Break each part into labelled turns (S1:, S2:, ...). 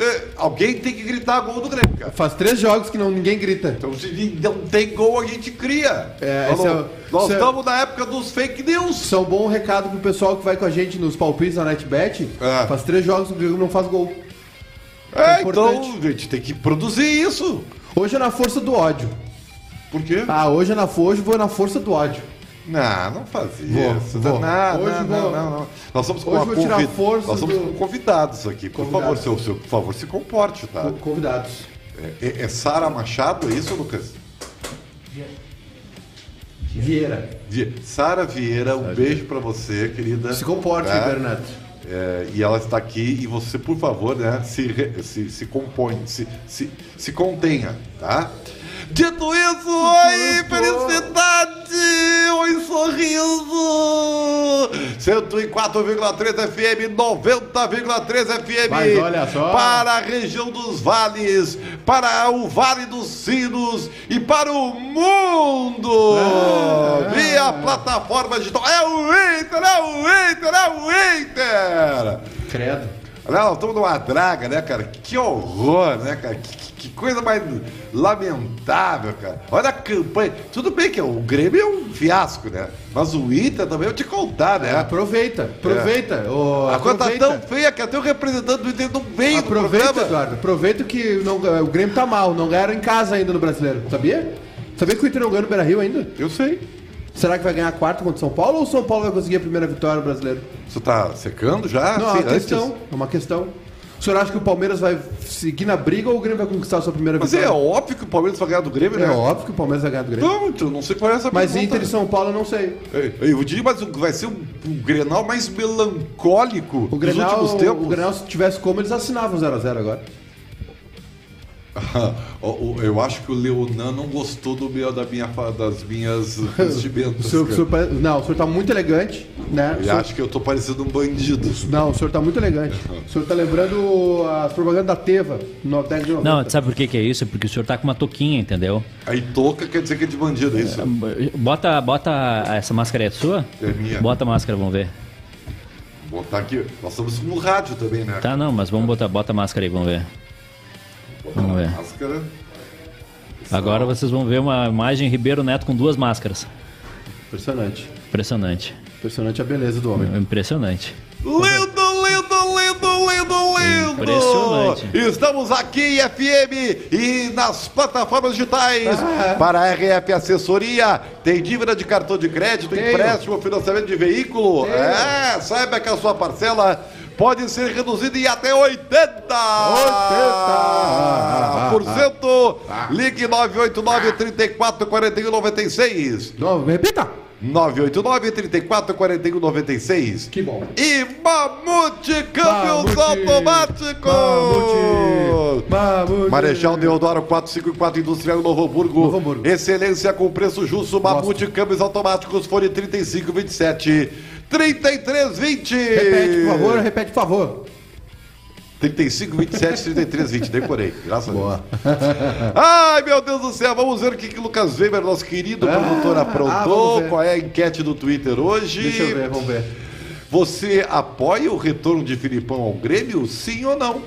S1: É É É, gritar gol do Grêmio, cara.
S2: Faz três jogos que não, ninguém grita.
S1: Então se não tem gol, a gente cria.
S2: É,
S1: nós
S2: esse é
S1: não-
S2: o-
S1: nós
S2: esse é-
S1: estamos na época dos fake news.
S2: Isso é um bom recado pro pessoal que vai com a gente nos palpites na NetBet.
S1: É.
S2: Faz três jogos que o Grêmio não faz gol.
S1: É,
S2: importante.
S1: então, gente, tem que produzir isso.
S2: Hoje é na força do ódio.
S1: Por quê?
S2: Ah, hoje é na força, hoje vou na força do ódio.
S1: Não, não faz
S2: Vou,
S1: isso.
S2: vou.
S1: Não,
S2: Hoje
S1: não,
S2: vou.
S1: não, não, não. Nós somos com
S2: Hoje
S1: uma
S2: vou tirar
S1: convi-
S2: força
S1: Nós somos
S2: do-
S1: com convidados aqui. Por favor,
S2: Convidados.
S1: seu, seu, por favor, se comporte, tá?
S2: Convidados.
S1: É, é- é Sara Machado, é isso, Lucas?
S2: Vieira.
S1: Vi- Sara Vieira, um beijo pra você, querida.
S2: Se comporte,
S1: Tá?
S2: Bernardo.
S1: É, e ela está aqui e você, por favor, né, se, re- se, se compõe, se, se, se contenha, tá? Dito isso, oi, felicidade, oi, sorriso! 104,3 FM, 90,3 FM.
S2: Mas olha só.
S1: Para a região dos vales, para o Vale dos Sinos e para o mundo!
S2: É.
S1: Via plataforma digital. É o Inter, é o Inter, é o Inter!
S2: Credo.
S1: Não, estamos numa draga, né, cara? Que horror, né, cara? Que, que- que coisa mais lamentável, cara. Olha a campanha. Tudo bem que o Grêmio é um fiasco, né? Mas o Inter também, eu te contar, né?
S2: Aproveita, aproveita. ô,
S1: A coisa tá
S2: aproveita.
S1: tão feia que até o representante do Inter não veio no
S2: Aproveita,
S1: programa.
S2: Eduardo. Aproveita que não- o Grêmio tá mal. Não ganharam em casa ainda no brasileiro. Sabia? Sabia que o Inter não ganhou no Beira Rio ainda?
S1: Eu sei.
S2: Será que vai ganhar a quarta contra o São Paulo ou o São Paulo vai conseguir a primeira vitória no brasileiro?
S1: Você tá secando já?
S2: não, é
S1: Sim,
S2: uma questão. É uma questão. O senhor acha que o Palmeiras vai seguir na briga ou o Grêmio vai conquistar a sua primeira
S1: Mas é
S2: vitória?
S1: óbvio que o Palmeiras vai ganhar do Grêmio, né?
S2: É óbvio que o Palmeiras vai ganhar do Grêmio.
S1: Então, então, não sei qual é essa
S2: Mas
S1: pergunta.
S2: Inter e São Paulo eu não sei.
S1: Eu, eu diria, mas vai ser um, um Grenal mais melancólico
S2: O
S1: dos
S2: Grenal,
S1: últimos tempos. Tá
S2: o Grenal, se tivesse como, eles assinavam 0x0 agora.
S1: O- o- Ah, Eu acho que o Leonan não gostou do meu, da minha, fa- das minhas
S2: O
S1: vestimentas.
S2: senhor, o
S1: cara.
S2: senhor pare- não, o senhor tá muito elegante, né? O
S1: Ele
S2: senhor-
S1: acha que eu tô parecendo um bandido.
S2: Não, o senhor tá muito elegante. O senhor tá lembrando as propagandas da Teva, no década de 90.
S3: Não, sabe por que, que é isso? Porque o senhor tá com uma touquinha, entendeu?
S1: Aí toca quer dizer que é de bandido, é isso?
S3: Bota, bota essa máscara é sua?
S1: É minha.
S3: Bota a máscara, vamos ver.
S1: Botar aqui. Nós estamos no rádio também, né?
S3: Tá, não, mas vamos botar, bota a máscara aí, vamos ver.
S1: Botar
S3: vamos ver.
S1: Máscara.
S3: Agora vocês vão ver uma imagem Ribeiro Neto com duas máscaras.
S2: Impressionante.
S3: Impressionante.
S2: Impressionante a beleza do homem.
S3: Impressionante.
S1: Lindo, lindo, lindo, lindo, lindo!
S3: Impressionante.
S1: Estamos aqui em FM e nas plataformas digitais
S2: Ah.
S1: para a RF Assessoria. Tem dívida de cartão de crédito,
S2: Tenho.
S1: empréstimo, financiamento de veículo.
S2: Tenho.
S1: É, saiba que a sua parcela pode ser reduzida em até 80%. 80%. Ligue 989 34 41 96.
S2: Não, repita!
S1: 989 34 41 96.
S2: Que bom.
S1: E Mamute Câmbios
S2: Mamute!
S1: Automáticos!
S2: Mamute! Mamute!
S1: Marechal Deodoro 454 Industrial Novo Hamburgo.
S2: Novo Hamburgo.
S1: Excelência com preço justo. Mamute Câmbios Automáticos, fone 3527 3320.
S2: Repete, por favor, repete, por favor.
S1: 35, 27, 33, 20. Decorei, graças a Deus. Ai, meu Deus do céu, vamos ver o que, que Lucas Weber, nosso querido produtor,
S2: ah,
S1: aprontou.
S2: vamos ver.
S1: qual é a enquete do Twitter hoje?
S2: Deixa eu ver, vamos ver.
S1: Você apoia o retorno de Filipão ao Grêmio, sim ou não?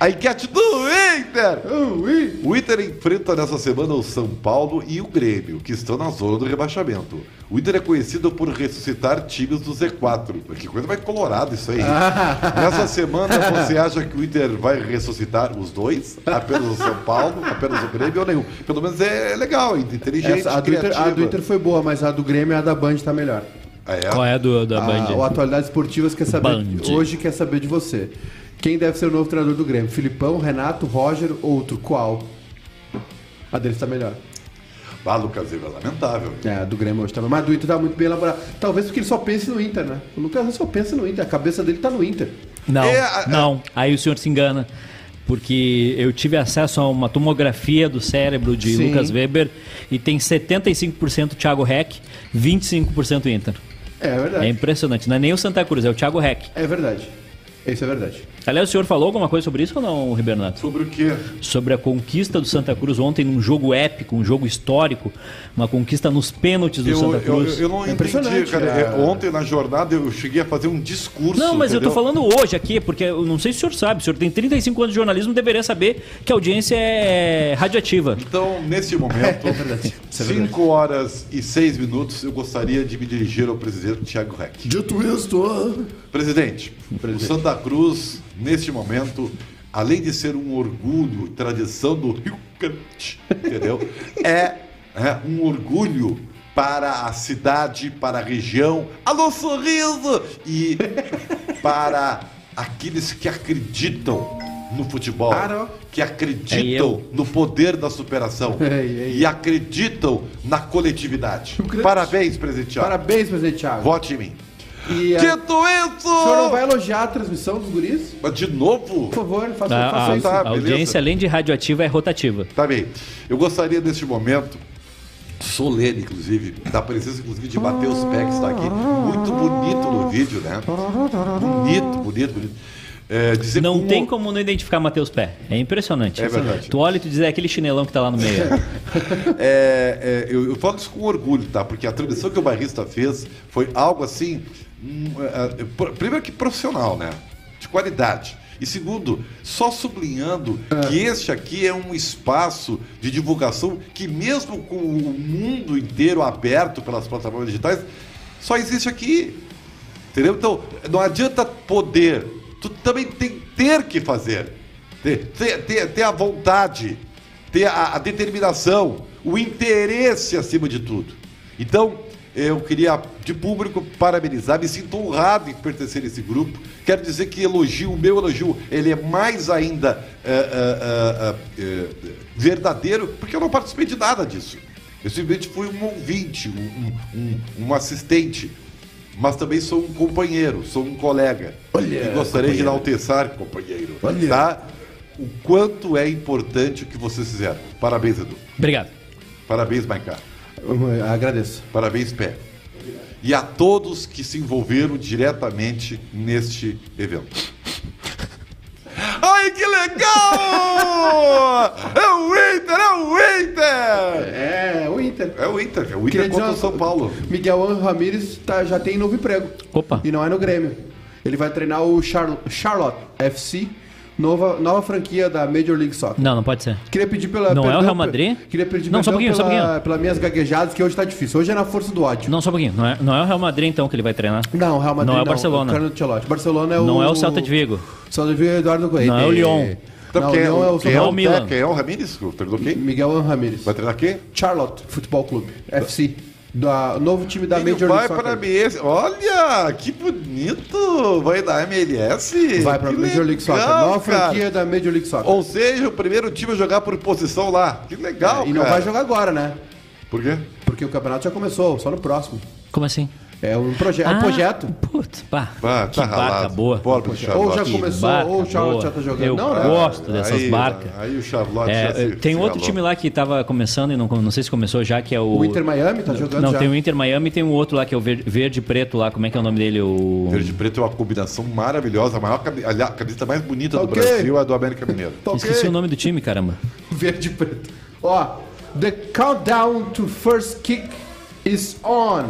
S1: A enquete do Inter!
S2: Ui!
S1: O Inter enfrenta nessa semana o São Paulo e o Grêmio, que estão na zona do rebaixamento. O Inter é conhecido por ressuscitar times do Z4. Que coisa mais colorada isso aí. Nessa semana, você acha que o Inter vai ressuscitar os dois? Apenas o São Paulo, apenas o Grêmio ou nenhum? Pelo menos é legal, inteligente,
S2: Essa- a, do Inter,
S1: criativa.
S2: a do Inter foi boa, mas a do Grêmio e a da Band tá melhor.
S1: Ah, é?
S3: Qual é a do, da
S2: A, o
S3: Band?
S2: Atualidades Esportivas quer saber.
S3: Band.
S2: Hoje quer saber de você. Quem deve ser o novo treinador do Grêmio? Filipão, Renato, Roger, outro? Qual? A deles tá melhor.
S1: Ah, Lucas Weber, lamentável.
S2: É, a do Grêmio hoje tá melhor. Mas a do Inter tá muito bem elaborada. Talvez porque ele só pense no Inter, né? O Lucas só pensa no Inter. A cabeça dele tá no Inter.
S3: Não,
S1: É, a-
S3: não. Aí o senhor se engana. Porque eu tive acesso a uma tomografia do cérebro de
S2: Sim.
S3: Lucas Weber e tem 75% Thiago Reck, 25% Inter.
S2: É
S3: É
S2: verdade.
S3: impressionante. Não é nem o Santa Cruz, é o Thiago Reck.
S2: É, verdade. Isso é verdade.
S3: Aliás, o senhor falou alguma coisa sobre isso ou não, Ribernato?
S1: Sobre o quê?
S3: sobre a conquista do Santa Cruz ontem num jogo épico, um jogo histórico, uma conquista nos pênaltis do
S1: Eu,
S3: Santa
S1: eu,
S3: Cruz.
S1: eu não
S2: É
S1: entendi,
S2: impressionante,
S1: cara.
S2: é.
S1: É, Ontem na jornada eu cheguei a fazer um discurso.
S3: Não, mas eu
S1: entendeu?
S3: tô falando hoje aqui, porque eu não sei se o senhor sabe, o senhor tem 35 anos de jornalismo, deveria saber que a audiência é radioativa.
S1: Então, nesse momento,
S2: verdade, isso é verdade.
S1: 5 horas e 6 minutos, eu gostaria de me dirigir ao presidente Tiago Reck.
S2: Dito isto.
S1: Presidente, o Santa Cruz, neste momento, além de ser um orgulho, tradição do Rio Grande, entendeu? É, é um orgulho para a cidade, para a região, alô sorriso! E para aqueles que acreditam no futebol,
S2: Claro.
S1: que
S3: É
S1: acreditam
S3: eu.
S1: no poder da superação
S2: É, é, é.
S1: e acreditam na coletividade.
S2: Grande.
S1: Parabéns, presidente. Thiago.
S2: Parabéns, presidente Thiago.
S1: Vote em mim.
S2: E a...
S1: Dito isso!
S2: O senhor não vai elogiar a transmissão dos guris?
S1: Mas de novo?
S2: Por favor, faça,
S3: A,
S2: faça
S3: a-
S2: isso.
S1: tá,
S3: a
S1: beleza.
S3: audiência, além de radioativa, é rotativa.
S1: Tá bem. Eu gostaria neste momento, solene, inclusive, da presença, inclusive, de Matheus Peck está aqui. Muito bonito no vídeo, né? Bonito, bonito, bonito. É, dizer
S3: Não
S1: como-
S3: tem como não identificar Matheus Pé. É impressionante.
S1: É verdade.
S3: Tu olha e tu diz, é aquele chinelão que tá lá no meio.
S1: É, é, eu, eu falo isso com orgulho, tá? Porque a transmissão que o Barrista fez foi algo assim. hum, é, é, pr- primeiro que profissional, né? De qualidade. E segundo, só sublinhando que este aqui é um espaço de divulgação que, mesmo com o mundo inteiro aberto pelas plataformas digitais, só existe aqui. Entendeu? Então, não adianta poder. Tu também tem que ter que fazer. Ter, ter, ter, ter a vontade, ter a, a determinação, o interesse acima de tudo. Então, eu queria, de público, parabenizar. Me sinto honrado em pertencer a esse grupo. Quero dizer que elogio, o meu elogio, ele é mais ainda é, é, é, é, é, verdadeiro, porque eu não participei de nada disso. Eu simplesmente fui um ouvinte, um- um- um- um assistente mas também sou um companheiro, sou um colega.
S2: Olha,
S1: e gostaria de
S2: companheiro.
S1: enaltecer, companheiro,
S2: Olha.
S1: tá? O quanto é importante o que vocês fizeram. Parabéns, Edu.
S3: Obrigado.
S1: Parabéns, Maiká.
S2: Eu Agradeço.
S1: Parabéns, Pé. E a todos que se envolveram diretamente neste evento. Ai, que legal! É o Inter, é o Inter!
S2: É, o Inter.
S1: É o Inter, é o
S2: Queria
S1: Inter
S2: dizer
S1: contra o
S2: uma-
S1: São Paulo.
S2: Miguel Angel Ramírez tá- já tem novo emprego.
S3: Opa.
S2: E não é no Grêmio. Ele vai treinar o Char- Charlotte FC, nova, nova franquia da Major League Soccer.
S3: Não, não pode ser.
S2: Queria pedir pela.
S3: Não é o
S2: perdão
S3: Real
S2: pe-
S3: Madrid?
S2: Queria pedir
S3: Não, só um
S2: perdão
S3: pouquinho, só um
S2: pela-
S3: pouquinho.
S2: pelas minhas gaguejadas, que hoje tá difícil. Hoje é na força do ódio.
S3: Não, só um pouquinho. Não é, não é o Real Madrid, então, que ele vai treinar.
S2: Não, o Real Madrid
S3: Não é o
S2: O
S3: Barcelona.
S2: Carlo Ancelotti. Barcelona é o.
S3: Não é o Celta de Vigo.
S2: Celta de Vigo é o Eduardo Correia.
S3: Não é o Lyon.
S1: Então,
S2: Não, o
S1: quem é,
S2: Lyon é o
S1: o, quem é
S3: São
S1: o,
S3: Paulo, Milan.
S1: quem é o Ramírez? O treinador quem?
S2: Miguel Angel Ramírez.
S1: Vai treinar quem?
S2: Charlotte Futebol Clube, FC. Da, novo time da
S1: Ele
S2: Major
S1: vai
S2: League
S1: para a
S2: Soccer.
S1: MLS. Olha, que bonito! Vai da MLS.
S2: Vai pra
S1: Que
S2: Major League Soccer.
S1: legal,
S2: Nova
S1: cara.
S2: franquia da Major League Soccer.
S1: Ou seja, o primeiro time a jogar por posição lá. Que legal,
S2: É, e não
S1: cara.
S2: vai jogar agora, né?
S1: Por quê?
S2: Porque o campeonato já começou, só no próximo.
S3: Como assim? Ah,
S2: É um, proje é um projeto.
S3: Putz, pá.
S1: Ah,
S3: que
S1: tá
S3: barca
S1: ralado.
S3: boa.
S1: Pobre do Charlotte.
S2: Ou já
S3: Que
S2: começou,
S3: barca
S2: ou o Charlotte
S3: boa.
S2: já tá jogando.
S3: Eu
S2: não, né? tá,
S3: gosto dessas
S1: Aí-
S3: barcas.
S1: Aí o Charlotte
S3: É,
S1: já se,
S3: tem
S1: se
S3: outro
S1: ralou.
S3: time lá que tava começando e não, não sei se começou já, que é o.
S2: O Inter Miami tá jogando
S3: Não,
S2: já.
S3: tem o Inter Miami e tem o outro lá que é o verde, verde e preto lá. Como é que é o nome dele? O...
S1: Verde e preto é uma combinação maravilhosa. A maior cabe- aliás, a camiseta mais bonita
S2: Tá
S1: do
S2: ok.
S1: Brasil é a do América Mineiro.
S2: Tá ok?
S3: Esqueci o nome do time, caramba.
S2: Verde e preto. Ó, the countdown to first kick is on.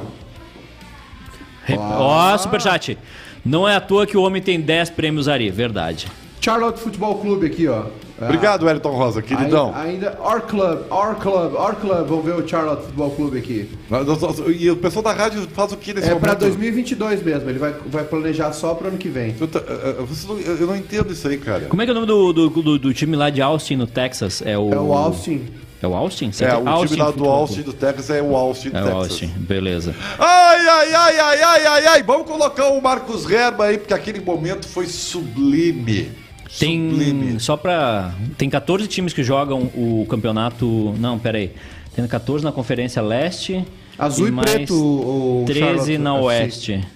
S3: Re-
S2: Ah.
S3: Ó, superchat. Não é à toa que o homem tem 10 prêmios Ari, verdade.
S2: Charlotte Futebol Clube aqui, ó. Ah,
S1: Obrigado, Wellington Rosa, queridão.
S2: Ai- Ainda, our club, our club, our club. Vamos ver o Charlotte Futebol Clube aqui.
S1: Nós- nós- nós- E o pessoal da rádio faz o que nesse
S2: É
S1: momento?
S2: pra 2022 mesmo, ele vai, vai planejar só pro ano que vem.
S1: Eu, tô- eu- eu- vocês não- eu- eu não entendo isso aí, cara.
S3: Como é que é o nome do, do, do- do time lá de Austin, no Texas? É o,
S2: É o Austin.
S3: É o Austin?
S1: É,
S3: Certo?
S1: o
S3: Austin
S1: time lá do
S3: Futebol Clube.
S1: Austin do Texas é o Austin do
S3: É
S1: Texas.
S3: o Austin, beleza.
S1: Ai, ai, ai, ai, ai, ai, ai. Vamos colocar o Marcos Herba aí, porque aquele momento foi sublime.
S3: Tem
S1: Sublime.
S3: só pra. Tem 14 times que jogam o campeonato. Não, peraí. Tem 14 na Conferência Leste.
S2: Azul e
S3: mais
S2: preto, o- o
S3: 13
S2: Charlotte
S3: na
S2: FC.
S3: Oeste.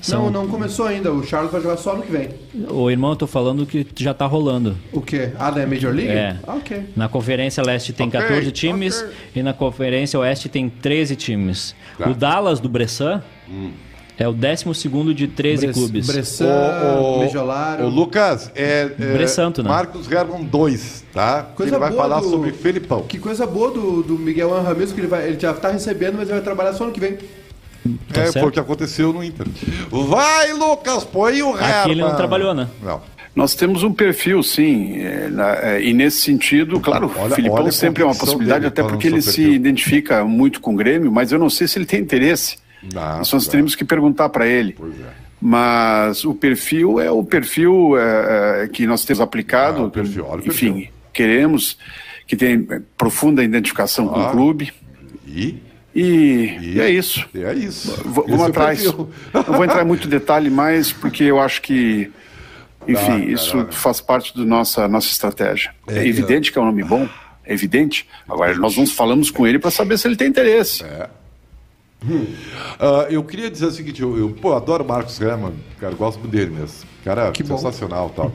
S3: São...
S2: Não, não começou ainda, o Charlotte vai jogar só ano que vem.
S3: Ô, irmão, eu tô falando que já tá rolando.
S2: O quê? Ah, da Major League?
S3: É.
S2: Ah, ok.
S3: Na Conferência Leste tem
S1: Ok,
S3: 14 times
S1: ok.
S3: e na Conferência Oeste tem 13 times.
S1: Tá.
S3: O Dallas do Bressan É o 12 de 13
S2: Hum. Bres-
S3: clubes.
S2: Bressan,
S1: Ô, ô,
S2: Mejolaro.
S1: ô, Lucas, é, é
S3: Bressanto, né?
S1: Marcos German 2, tá?
S2: Coisa
S1: ele vai
S2: boa
S1: falar
S2: do-
S1: sobre Felipão.
S2: Que coisa boa do, do Miguel Anra mesmo, que ele, vai, ele já tá recebendo, mas ele vai trabalhar só ano que vem.
S3: Tá
S1: é,
S3: certo?
S1: foi o que aconteceu no Inter. Vai, Lucas, põe o Herman.
S3: ele não trabalhou, né?
S1: Não.
S4: Nós temos um perfil, sim, é, na- é, e nesse sentido, claro,
S1: Olha-
S4: o Filipão
S1: olha a
S4: sempre é uma
S1: convicção
S4: possibilidade,
S1: dele
S4: até
S1: falando
S4: porque ele
S1: sobre
S4: se
S1: perfil.
S4: identifica muito com o Grêmio, mas eu não sei se ele tem interesse.
S1: Não,
S4: Nós, nós
S1: não.
S4: teríamos que perguntar para ele.
S1: Pois é.
S4: Mas o perfil é o perfil é, é, que nós temos aplicado.
S1: Ah, o perfil, olha o
S4: Enfim,
S1: perfil.
S4: queremos que tenha é, profunda identificação com
S1: Ah.
S4: o clube.
S1: E,
S4: E,
S1: e
S4: e é isso.
S1: É isso.
S4: V-
S1: Esse
S4: Vamos
S1: é o
S4: atrás.
S1: perfil.
S4: Não vou entrar em muito detalhe mais, porque eu acho que, enfim,
S1: Não,
S4: isso
S1: caralho.
S4: faz parte da nossa, nossa estratégia. É,
S1: É,
S4: evidente que é um nome bom, é evidente. Agora, nós vamos falamos com ele para saber se ele tem interesse.
S1: Ah, eu queria dizer o seguinte, eu, eu, pô, adoro Marcos Herman, cara, eu gosto muito dele mesmo. Cara,
S2: Que bom.
S1: sensacional e tal.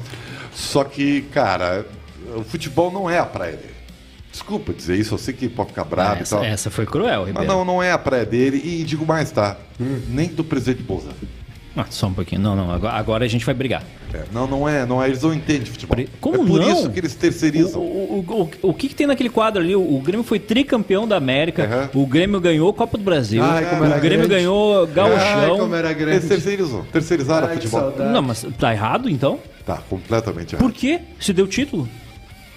S1: Só que, cara, o futebol não é a praia dele. Desculpa dizer isso, eu sei que pode ficar
S2: Ah,
S1: bravo e
S3: É,
S2: então.
S3: Essa,
S1: tal.
S3: essa foi cruel,
S1: Mas
S3: Ribeiro.
S1: não, não é a praia dele. E digo mais, tá? Nem do presidente Bolsonaro.
S3: Ah, só um pouquinho. Não, não. Agora, agora a gente vai brigar.
S1: É, não, não é, não é. Eles não entendem de futebol.
S3: Pre- Como
S1: é por
S3: não?
S1: isso que eles
S3: O,
S1: terceirizam.
S3: o, o, o- o que, que tem naquele quadro ali? O, o Grêmio foi tricampeão da América. O Grêmio ganhou a Copa do Brasil.
S2: Ai, como era
S3: o Grêmio
S2: grande.
S3: ganhou
S2: É Ai,
S3: Gauchão.
S2: como era
S1: Eles
S2: grande.
S1: terceirizam. Terceirizaram
S2: Ai,
S1: o
S2: que
S1: futebol.
S2: saudade.
S3: Não, mas tá errado então?
S1: Tá, completamente errado.
S3: Por quê? Se deu título?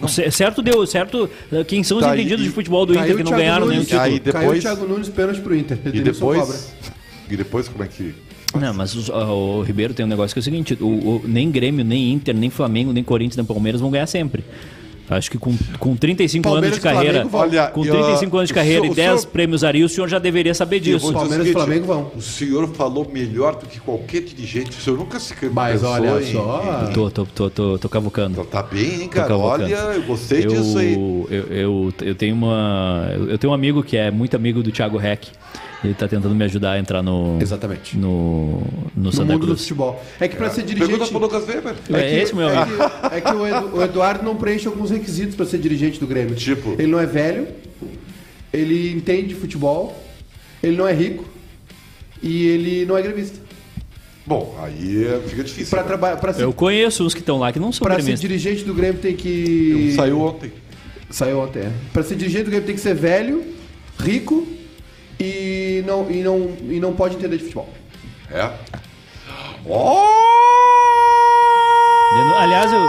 S3: C- Certo deu, certo. eh, Quem são os
S1: Tá,
S3: entendidos
S1: e-
S3: de futebol do
S2: Caiu
S3: Inter
S2: o
S3: que não
S2: Thiago
S3: ganharam nenhum
S2: Nunes, Tá
S3: título?
S1: Aí
S2: Caiu o
S1: depois-
S2: Thiago Nunes, pênalti pro Inter.
S1: E
S2: Edenilson
S1: depois.
S2: cobra.
S1: E depois como é que.
S3: Não, mas os- ah, o Ribeiro tem um negócio que é o seguinte: o- o- nem Grêmio, nem Inter, nem Flamengo, nem Corinthians, nem Palmeiras vão ganhar sempre. Acho que com, com 35
S2: Palmeiras
S3: anos de
S2: e Flamengo
S3: carreira,
S2: vão.
S1: Olha,
S3: com
S1: eu-
S3: 35 anos de
S1: o senhor-
S3: carreira
S1: o
S3: e 10
S1: senhor-
S3: prêmios ali, o senhor já deveria saber
S1: Eu vou
S3: disso.
S1: dizer o
S2: Palmeiras e
S1: seguinte,
S2: Flamengo vão.
S1: O senhor falou melhor do que qualquer dirigente. O senhor nunca se cansou.
S2: Mas olha só.
S3: Tô, tô, tô, tô, tô cavucando.
S1: Então tá bem, hein,
S3: Tô
S1: cara?
S3: cavucando.
S1: Olha, eu gostei
S3: Eu-
S1: disso aí.
S3: Eu, eu, eu tenho uma. Eu eu tenho um amigo que é muito amigo do Thiago Reck. Ele tá tentando me ajudar a entrar no.
S2: Exatamente.
S3: No, no
S2: No
S3: Santa
S2: mundo do
S3: Cruz.
S2: futebol. É que pra ser dirigente.
S1: Pergunta pro Lucas Weber.
S3: É esse o meu
S2: é
S3: amigo.
S2: que- é que o, Edu- o Eduardo não preenche alguns requisitos para ser dirigente do Grêmio.
S1: Tipo?
S2: Ele não é velho, ele entende de futebol, ele não é rico e ele não é gremista.
S1: Bom, aí eh, fica difícil.
S2: Pra
S1: né?
S2: trabalhar, para ser,
S3: Eu conheço uns que estão lá que não são
S2: pra ser
S3: gremistas.
S2: dirigente do Grêmio tem que
S1: Saiu ontem.
S2: saiu ontem. É. Para ser dirigente do Grêmio tem que ser velho, rico e não e não e não pode entender de futebol.
S1: É. Oh!
S3: De no- Aliás, eu,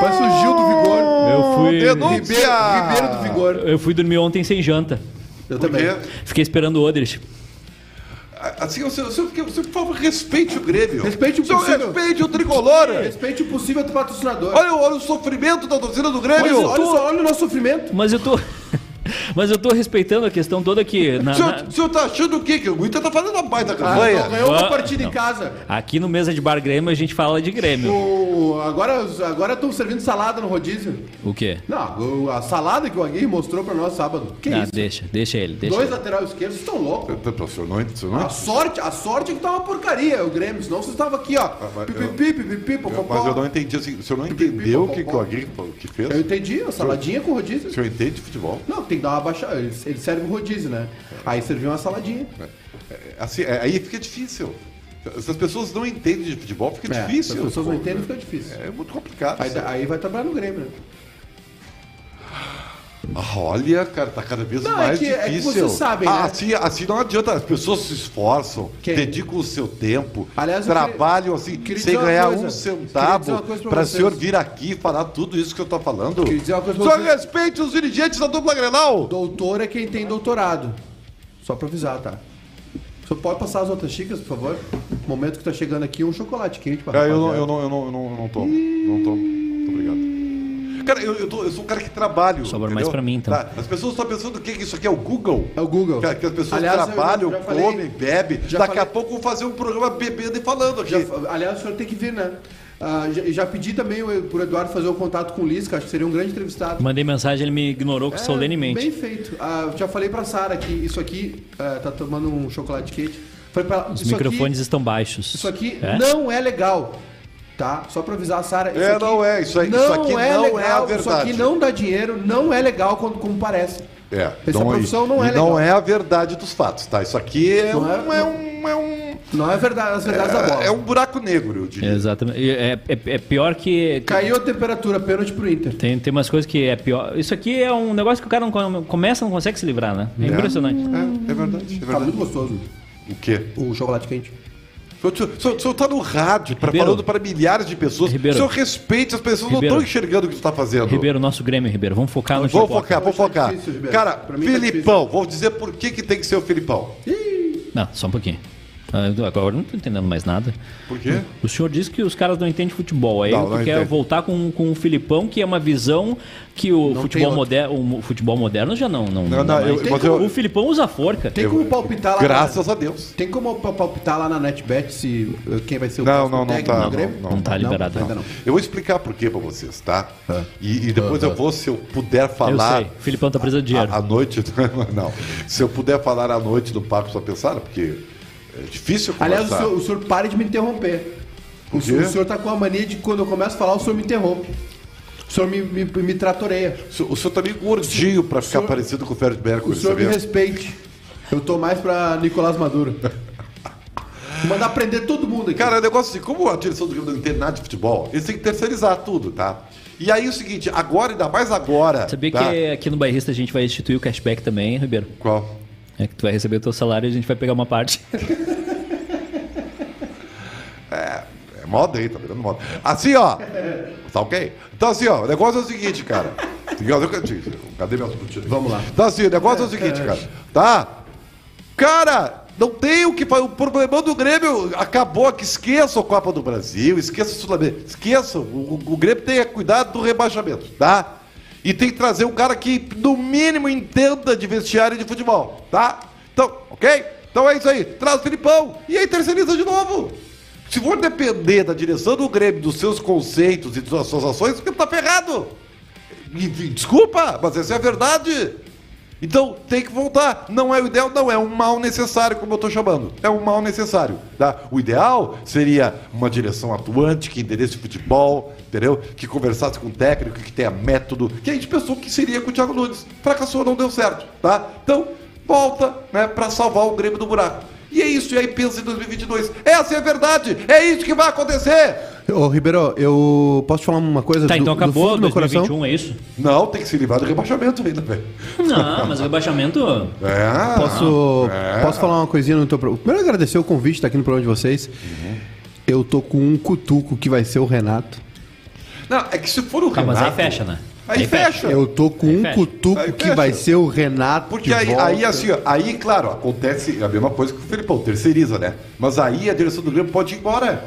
S2: Parece o Gil do Vigor,
S3: eu fui.
S1: Denúncia!
S2: Ribeiro, Ribeiro do Vigor.
S3: Eu fui dormir ontem sem janta.
S2: Eu
S1: Porque,
S2: também.
S3: Fiquei esperando o Odrich.
S1: assim, o senhor, o senhor, o senhor, por favor, respeite o Grêmio.
S2: Respeite o
S1: senhor
S2: possível.
S1: respeite o tricolor.
S2: Respeite o possível patrocinador.
S1: Olha, o- olha o sofrimento da torcida do Grêmio.
S2: Olha,
S1: Olha,
S2: olha só, olha o nosso sofrimento.
S3: Mas eu tô. Mas eu tô respeitando a questão toda que.
S1: o,
S3: na-
S1: senhor,
S3: na-
S1: o senhor tá achando o quê? Que o Inter tá fazendo uma baita
S2: Ah,
S1: campanha.
S2: ganhou uma
S3: Ah,
S2: partida
S3: não.
S2: em casa.
S3: Aqui no Mesa de Bar Grêmio a gente fala de Grêmio.
S2: O- agora estão servindo salada no rodízio.
S3: O quê?
S2: Não, o- a salada que o Aguirre mostrou pra nós sábado. Que
S3: ah,
S2: isso?
S3: deixa, deixa ele, deixa
S2: Dois
S3: ele.
S2: lateral esquerdos estão loucos.
S1: Então, O senhor não, o senhor
S2: A
S1: não
S2: sorte, a sorte é que tá uma porcaria o Grêmio, senão vocês estavam aqui, ó.
S1: Ah, mas eu-
S2: Pipipi, pipipi,
S1: Eu- Mas eu não entendi assim. O senhor não entendeu o que, que o Aguirre falou, o que fez?
S2: Eu entendi, a saladinha com
S1: O
S2: rodízio.
S1: senhor entende de futebol?
S2: Não, tem que dar uma baixada. Ele, ele serve o rodízio, né? Aí serviu uma saladinha.
S1: É, Assim, é, aí fica difícil. Se as pessoas não entendem de futebol, fica
S2: É,
S1: difícil.
S2: Se as pessoas não
S1: Pô,
S2: entendem, fica difícil.
S1: É muito complicado.
S2: Aí,
S1: isso.
S2: aí vai trabalhar no Grêmio, né?
S1: Ah, Olha, cara, tá cada vez
S2: Não, é
S1: mais
S2: que- é que
S1: difícil.
S2: vocês sabem,
S1: Ah,
S2: né?
S1: assim, assim não adianta, as pessoas se esforçam,
S2: Quem?
S1: dedicam o seu tempo,
S2: Aliás, eu queria-
S1: trabalham assim,
S2: queria
S1: sem
S2: dizer uma
S1: ganhar
S2: coisa,
S1: um
S2: queria dizer uma
S1: centavo,
S2: coisa pra
S1: pra o
S2: vocês.
S1: senhor vir aqui e falar tudo isso que eu tô falando.
S2: Queria dizer uma coisa pra
S1: Só
S2: vocês.
S1: respeite os dirigentes da dupla Grenal!
S2: Doutor é quem tem doutorado. Só pra avisar, tá? Você pode passar as outras xícaras, por favor? No momento que tá chegando aqui, um chocolate quente pra
S1: Ah, eu, não,
S2: rapaziada.
S1: eu, não, eu, não, eu, não, eu não tomo. Não tomo. Muito obrigado. Cara, eu, eu, tô- eu sou um cara que trabalho.
S3: Sobra
S1: entendeu?
S3: mais pra mim, então.
S1: Tá, As pessoas estão pensando o que que isso aqui é o Google.
S2: É o Google.
S1: Que, que as pessoas
S2: Aliás, eu
S1: trabalham,
S2: já falei-
S1: comem, bebem. Daqui
S2: já
S1: a
S2: falei-
S1: pouco vão fazer um programa bebendo e falando aqui.
S2: Já- aliás, o senhor tem que vir, né? Ah, já, já pedi também o- pro Eduardo fazer o contato com o Lisca, acho que seria um grande entrevistado.
S3: Mandei mensagem, ele me ignorou solenemente.
S2: É, Bem feito. Ah, já falei pra Sara que isso aqui ah, tá tomando um chocolate quente. Falei pra ela,
S3: Os
S2: isso
S3: microfones
S2: aqui,
S3: estão baixos.
S2: Isso aqui
S3: É?
S2: não é legal. Tá? Só pra avisar a Sara. isso
S1: É,
S2: aqui
S1: não é, isso aí- isso aqui não é a
S2: legal, Isso
S1: verdade.
S2: aqui não dá dinheiro, não é legal quando, como parece.
S1: É,
S2: Essa
S1: aí-
S2: profissão não é
S1: e não
S2: legal.
S1: é a verdade dos fatos, tá? Isso aqui é,
S2: Não
S1: um,
S2: é-
S1: é um- é um-
S2: Não é verdade, as verdades da bola.
S1: é um buraco negro, eu diria.
S3: Exatamente. É, é- é pior que.
S2: Caiu a temperatura, pênalti pro Inter.
S3: Tem, tem umas coisas que é pior. Isso aqui é um negócio que o cara não come- começa não consegue se livrar, né? É impressionante.
S1: É, é verdade, é
S2: Tá
S1: verdade.
S2: muito gostoso
S1: O quê?
S2: o chocolate quente.
S1: O senhor, o senhor- o senhor tá no rádio pra,
S3: Ribeiro.
S1: falando para milhares de pessoas.
S3: Ribeiro.
S1: O senhor respeite, as pessoas
S3: Ribeiro.
S1: não estão enxergando o que tu tá fazendo.
S3: Ribeiro, nosso Grêmio, Ribeiro. Vamos focar no
S1: Vou
S3: Chapó.
S1: focar, vou
S2: Hoje tá
S1: focar.
S2: difícil, Ribeiro.
S1: Cara,
S2: Pra mim tá
S1: Filipão, vou dizer por que, que tem que ser o Filipão.
S3: Não, só um pouquinho. Ah, eu- Agora eu não tô entendendo mais nada.
S1: Por quê?
S3: O senhor disse que os caras não entendem futebol. Aí
S1: Não,
S3: tu
S1: não
S3: quer
S1: entende.
S3: voltar com, com o Filipão, que é uma visão que o
S2: tem
S3: futebol
S2: outra.
S3: moderno. O futebol moderno já não. Não,
S1: Não, não,
S3: é
S1: eu-
S3: mais.
S1: mas eu-
S3: O Filipão usa forca.
S2: Tem como palpitar lá.
S1: Graças a Deus.
S2: Tem como pa- palpitar lá na NetBet se eh, quem vai ser o
S1: Não,
S2: próximo
S1: não, não
S2: técnico
S1: tá,
S2: do Grêmio?
S1: não,
S3: não tá liberado,
S2: ainda não.
S1: Eu vou explicar por quê pra vocês, tá? E, e depois eu vou, se eu puder
S3: Eu
S1: falar.
S3: sei. O Filipão tá preso de dinheiro.
S1: À à noite, não. Se eu puder falar à noite do Papo Só Pensar, porque é difícil conversar.
S2: Aliás, o senhor, o senhor pare de me interromper. O senhor, o senhor tá com a mania de quando eu começo a falar, o senhor me interrompe. O senhor me, me, me tratoreia.
S1: O senhor- o senhor tá meio gordinho pra ficar
S2: senhor-
S1: parecido com o Fred
S2: O
S1: Mercury,
S2: senhor me
S1: sabia?
S2: respeite. Eu tô mais pra Nicolás Maduro. Vou mandar prender todo mundo aqui.
S1: Cara, é um negócio assim, como a direção do Grêmio não entende nada de futebol, eles têm que terceirizar tudo, tá? E aí é o seguinte, agora, ainda mais agora.
S3: Sabia
S1: tá?
S3: que aqui no Bairrista a gente vai instituir o cashback também, hein, Ribeiro?
S1: Qual?
S3: É que tu vai receber o teu salário e a gente vai pegar uma parte.
S1: É moda aí, tá virando moda. Assim, ó. Tá ok? Então, assim, ó, o negócio é o seguinte, cara. Cadê meus botinas?
S2: Vamos lá.
S1: Então, assim, o negócio é o seguinte, cara. Tá? Cara, não tem o que fazer. O problema do Grêmio acabou aqui. Esqueça a Copa do Brasil, esqueça o Sul-América. Esqueça. O, o Grêmio tem que cuidado do rebaixamento, tá? E tem que trazer um cara que, no mínimo, entenda de vestiário e de futebol, tá? Então, ok? Então é isso aí. Traz o Filipão e aí terceiriza de novo. Se for depender da direção do Grêmio, dos seus conceitos e das suas ações, o Grêmio tá ferrado. E- e- Desculpa, mas essa é a verdade. Então tem que voltar. Não é o ideal, não. É um mal necessário, como eu estou chamando. É um mal necessário. Tá? O ideal seria uma direção atuante que entendesse futebol, entendeu? Que conversasse com o técnico, que tenha método. Que a gente pensou que seria com o Thiago Nunes. Fracassou, não deu certo. Tá? Então volta né, para salvar o Grêmio do buraco. E é isso. E aí pensa em 2022. Essa é a verdade. É isso que vai acontecer.
S2: Ô, Ribeiro, eu posso te falar uma coisa
S3: Tá,
S2: do,
S3: então
S2: do fundo
S3: acabou
S2: do meu coração?
S3: 2021, é isso?
S1: Não, tem que se livrar do rebaixamento ainda, velho.
S3: Não, mas o rebaixamento.
S1: É.
S3: um,
S2: Posso,
S3: então.
S1: é.
S2: posso falar uma coisinha no teu programa? Primeiro, agradecer o convite, tá aqui no programa de vocês.
S1: Uhum.
S2: Eu tô com um cutuco que vai ser o Renato.
S1: Não, é que se for o
S3: Tá,
S1: Renato...
S3: mas aí fecha, né?
S1: Aí, fecha.
S2: Eu tô com
S3: Aí
S2: um
S3: fecha.
S2: cutuco
S1: Tá. Aí
S2: que
S1: fecha.
S2: vai ser o Renato.
S1: Porque
S2: de
S1: aí,
S2: volta.
S1: aí, assim, ó, aí, claro, acontece a mesma coisa que o Felipão, terceiriza, né? Mas aí a direção do Grêmio pode ir embora.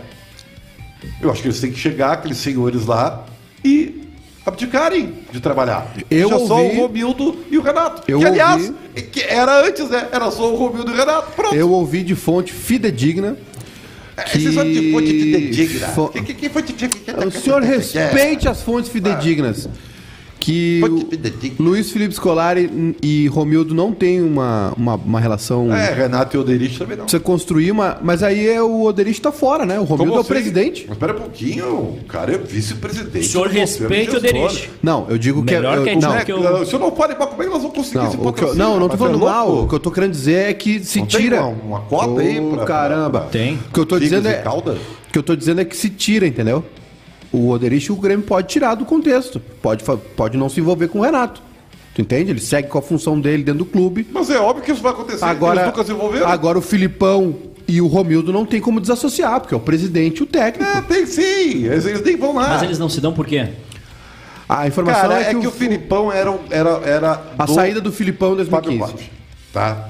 S1: Eu acho que eles têm que chegar, aqueles senhores lá, e abdicarem de trabalhar.
S2: Eu
S1: Deixa só
S2: ouvi-
S1: o Romildo e o Renato.
S2: Eu
S1: que, aliás,
S2: ouvi-
S1: que era antes, né? Era só o Romildo e o Renato. Pronto.
S2: Eu ouvi de fonte fidedigna.
S1: Que... Esse só de fonte de digna.
S2: Fo-
S1: Que, que, que fonte de digna?
S2: O senhor respeite as fontes fidedignas. Que
S1: Fonte
S2: o
S1: fidedigna.
S2: Luiz Felipe Scolari e Romildo não têm uma, uma, uma relação.
S1: É, Renato e Oderich também não.
S2: Precisa construir uma. Mas aí é o Oderich tá fora, né? O Romildo é o
S1: assim?
S2: presidente.
S1: Mas pera um pouquinho, o cara é vice-presidente.
S3: O senhor
S1: do conselho
S3: respeite o
S1: gestor.
S3: Derich.
S2: Não, eu digo que.
S3: Melhor
S2: eu,
S3: que a
S2: não,
S1: É,
S3: que eu-
S1: cara, O senhor não pode, mas como é que nós vamos conseguir
S2: Não,
S1: esse
S2: o que eu,
S1: patrocínio?
S2: não, eu não tô
S1: Mas é
S2: falando
S1: louco?
S2: mal. O que eu tô querendo dizer é que se
S1: Não tem
S2: tira.
S1: uma- uma cota aí
S2: Ô,
S1: pra-
S2: caramba.
S3: Tem.
S2: O que eu tô
S1: Figas
S2: dizendo
S1: e
S2: é.
S1: cauda?
S2: O que eu tô dizendo é que se tira, entendeu? O Oderich o Grêmio pode tirar do contexto. Pode, fa- pode não se envolver com o Renato. Tu entende? Ele segue com a função dele dentro do clube.
S1: Mas é óbvio que isso vai acontecer.
S2: Agora,
S1: Eles nunca se envolveram.
S2: agora o Filipão e o Romildo não tem como desassociar, porque é o presidente e o técnico.
S1: É, tem sim. Eles, eles nem vão lá.
S3: Mas eles não se dão por quê?
S2: A informação
S1: Cara,
S2: é que, o,
S1: Filipão era, um- era, era
S2: a
S1: do
S2: saída do Filipão em
S1: Fábio
S2: 2015.
S1: Koch. Tá?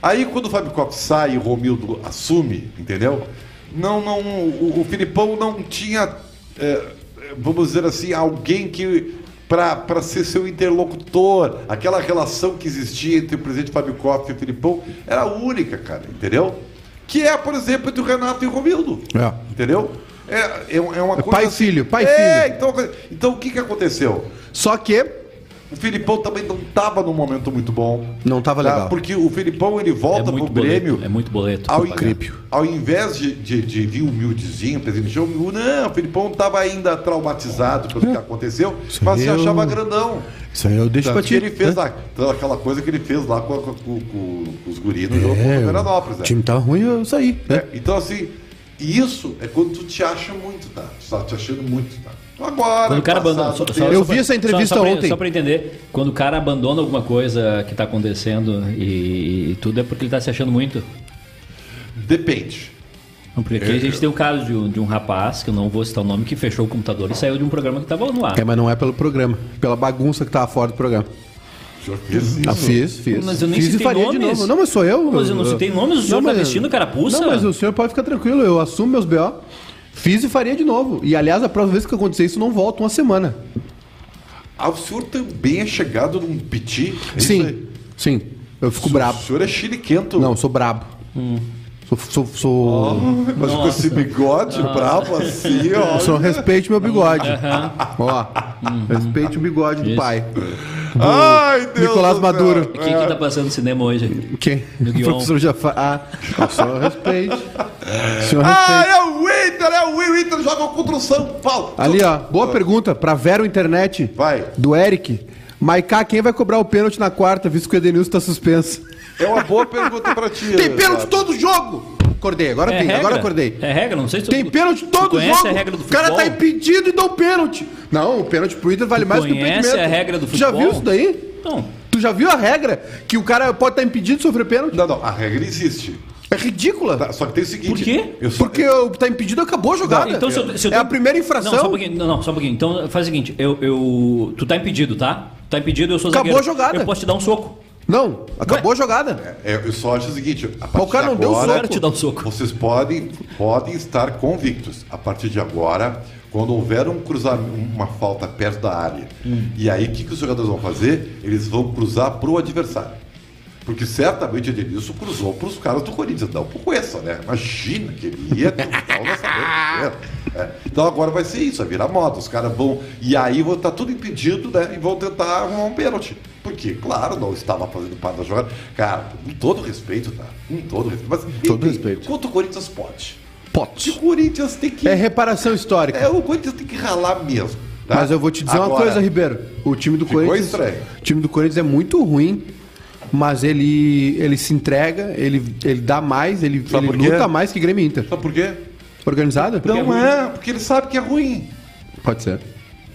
S1: Aí quando o Fábio Koch sai e o Romildo assume, entendeu? Não, não, o, o Filipão não tinha, é, vamos dizer assim, alguém que para ser seu interlocutor, aquela relação que existia entre o presidente Fábio Koch e o Filipão era única, cara, entendeu? Que é, por exemplo, entre o Renato e o Romildo.
S2: É.
S1: Entendeu? É, é, é uma
S2: É
S1: coisa.
S2: pai e
S1: assim-
S2: filho, pai e
S1: é,
S2: filho.
S1: Então, então o que, que aconteceu?
S2: Só que
S1: O Filipão também não estava num momento muito bom.
S2: Não tava
S1: tá?
S2: legal.
S1: Porque o Filipão ele
S3: É
S1: volta pro
S3: muito
S1: Grêmio.
S3: boleto. É muito boleto.
S1: Ao,
S3: pra pagar.
S2: incrível.
S1: ao invés de, de, de vir humildezinho, presidente show, não, o Filipão estava ainda traumatizado pelo que aconteceu,
S2: Isso
S1: mas se
S2: aí eu-
S1: achava grandão.
S2: Isso aí eu deixo
S1: Tanto
S2: pra
S1: que
S2: ti.
S1: ele fez
S2: né?
S1: a- aquela coisa que ele fez lá com, com- com- com os guris no jogo
S2: É,
S1: contra o Veranópolis.
S2: o
S1: né?
S2: time tá ruim, eu saí. né?
S1: É, Então, assim, e isso é quando tu te acha muito, tá? Tu tá te achando muito, tá? Então, Agora,
S3: Quando o cara
S1: passado
S3: abandona.
S1: o
S3: só-
S1: tempo-
S3: só-
S2: Eu
S3: só
S2: vi
S3: pra-
S2: essa entrevista
S3: só, só pra-
S2: ontem.
S3: Só pra entender, quando o cara abandona alguma coisa que tá acontecendo e, e tudo é porque ele tá se achando muito.
S1: Depende.
S3: Não, Porque aqui a gente tem o caso de um, de um rapaz, que eu não vou citar o nome, que fechou o computador e saiu de um programa que tava no ar.
S2: É, mas não é pelo programa, pela bagunça que tava fora do programa.
S1: Já fiz
S2: Ah,
S1: isso.
S2: fiz, fiz.
S3: Mas eu nem
S2: fiz e
S3: citei
S2: faria de
S3: nomes.
S2: novo. Não, mas sou eu.
S3: Mas eu não citei nomes, o senhor tá
S2: mas-
S3: vestindo carapuça?
S2: Não, mas o senhor pode ficar tranquilo, eu assumo meus BO. Fiz e faria de novo. E aliás, a próxima vez que acontecer isso, não volta uma semana.
S1: Ah, o senhor também é chegado num piti? É isso
S2: sim,
S1: aí?
S2: sim. Eu fico
S1: O
S2: brabo.
S1: senhor é chile quento.
S2: Não, eu sou brabo.
S3: Hum.
S2: Sou. sou, sou...
S1: Mas com esse bigode bravo assim, ó.
S2: Só respeite meu bigode. Ó, respeite o bigode do
S3: Hum. Isso.
S2: pai.
S1: Ai, Deus
S2: Nicolás
S1: do céu. É.
S2: Maduro.
S3: Quem que tá passando no cinema hoje?
S2: Quem?
S3: Do
S2: O
S3: Guion.
S2: professor já fala. Ah, só respeite. Senhor
S1: Ah,
S2: respeite.
S1: é o Inter, é o Inter, o Inter joga contra o São Paulo.
S2: Ali, ó. Boa pergunta pra Vero Internet.
S1: Vai.
S2: Do Eric. Maiká, quem vai cobrar o pênalti na quarta, visto que o Edenilson tá suspenso?
S1: É uma boa pergunta pra ti.
S2: Tem pênalti
S1: Eduardo.
S2: todo jogo! Acordei, agora
S3: É
S2: tem,
S3: regra?
S2: agora acordei.
S3: É regra, não sei se tu-
S2: Tem pênalti
S3: tu
S2: todo
S3: conhece
S2: jogo.
S3: a regra do
S2: o cara
S3: futebol?
S2: tá impedido e dá o pênalti. Não, o pênalti pro Inter vale
S3: Tu
S2: mais que o impedimento.
S3: conhece a regra do
S2: Tu Já
S3: futebol?
S2: viu isso daí?
S3: Não.
S2: Tu já viu a regra que o cara pode estar impedido de sofrer pênalti?
S1: Não, não, a regra existe.
S2: É ridícula.
S1: Tá, Só que tem o seguinte.
S3: Por quê?
S1: Eu só,
S2: Porque o tá impedido acabou a jogada.
S3: Então, se eu, se eu
S2: é
S3: tenho-
S2: a primeira infração.
S3: Não, só um pouquinho. Não, não, só um pouquinho. Então faz o seguinte, eu, eu- Tu tá impedido, tá? Tu tá impedido, eu sou
S2: Acabou
S3: zagueiro.
S2: a jogada.
S3: Eu posso te dar um soco.
S2: Não,
S3: é?
S2: acabou a jogada.
S1: É, eu só acho o seguinte. A partir
S2: o cara
S1: de
S2: não deu
S1: agora,
S3: soco. Te dá um soco.
S1: Vocês podem, podem estar convictos. A partir de agora, quando houver um cruzamento, uma falta perto da área,
S3: Hum.
S1: e aí o que, que os jogadores vão fazer? Eles vão cruzar pro adversário. Porque certamente o Edenilson cruzou pros caras do Corinthians. Não por essa, né? Imagina que ele ia cruzar o lançamento. É. Então agora vai ser isso, vai virar moda. Os caras vão. E aí vão estar tudo impedido, né? E vão tentar arrumar um pênalti. Porque, claro, não estava fazendo parte da jogada. Cara, com todo respeito, tá? Com todo respeito. Mas
S2: todo respeito.
S1: Quanto o Corinthians pode?
S3: um
S1: Se o
S2: Pote.
S1: Corinthians tem que.
S2: É
S1: É,
S2: reparação histórica.
S1: o Corinthians tem que ralar mesmo. tá?
S2: Mas eu vou te dizer uma
S1: Agora,
S2: coisa, Ribeiro. O time do
S1: Ficou
S2: Corinthians.
S1: estranho.
S2: O time do Corinthians é muito ruim, mas ele, ele se entrega, ele, ele dá mais, ele,
S1: Sabe
S2: ele
S1: por quê?
S2: luta mais que Grêmio e Inter.
S1: Sabe por quê?
S2: Organizado?
S1: Não é, porque ele sabe que é ruim.
S2: Pode ser.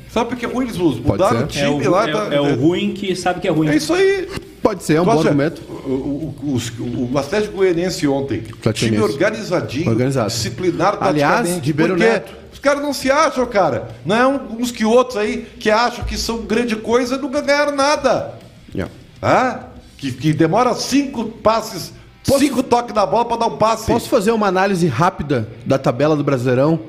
S1: Sabe porque é ruim eles mudaram o
S2: ser.
S1: time
S3: é, o,
S1: lá.
S3: é-
S1: tá-
S3: é o ruim que sabe que é ruim.
S1: É isso aí.
S2: Pode ser, é
S1: Tu
S2: um bom
S1: acha-
S2: argumento.
S1: O, o, os- o Atlético Goianiense ontem, time
S2: Goianiense.
S1: organizadinho,
S2: Organizado.
S1: disciplinar
S2: Aliás,
S1: taticamente.
S2: Ribeiro
S1: Por quê?
S2: Neto.
S1: Os caras não se acham, cara. Não é um- uns que outros aí que acham que são grande coisa e nunca ganharam nada.
S2: Yeah.
S1: Ah? Que, que demora cinco passes, cinco toques na bola pra dar um passe.
S2: Posso fazer uma análise rápida da tabela do Brasileirão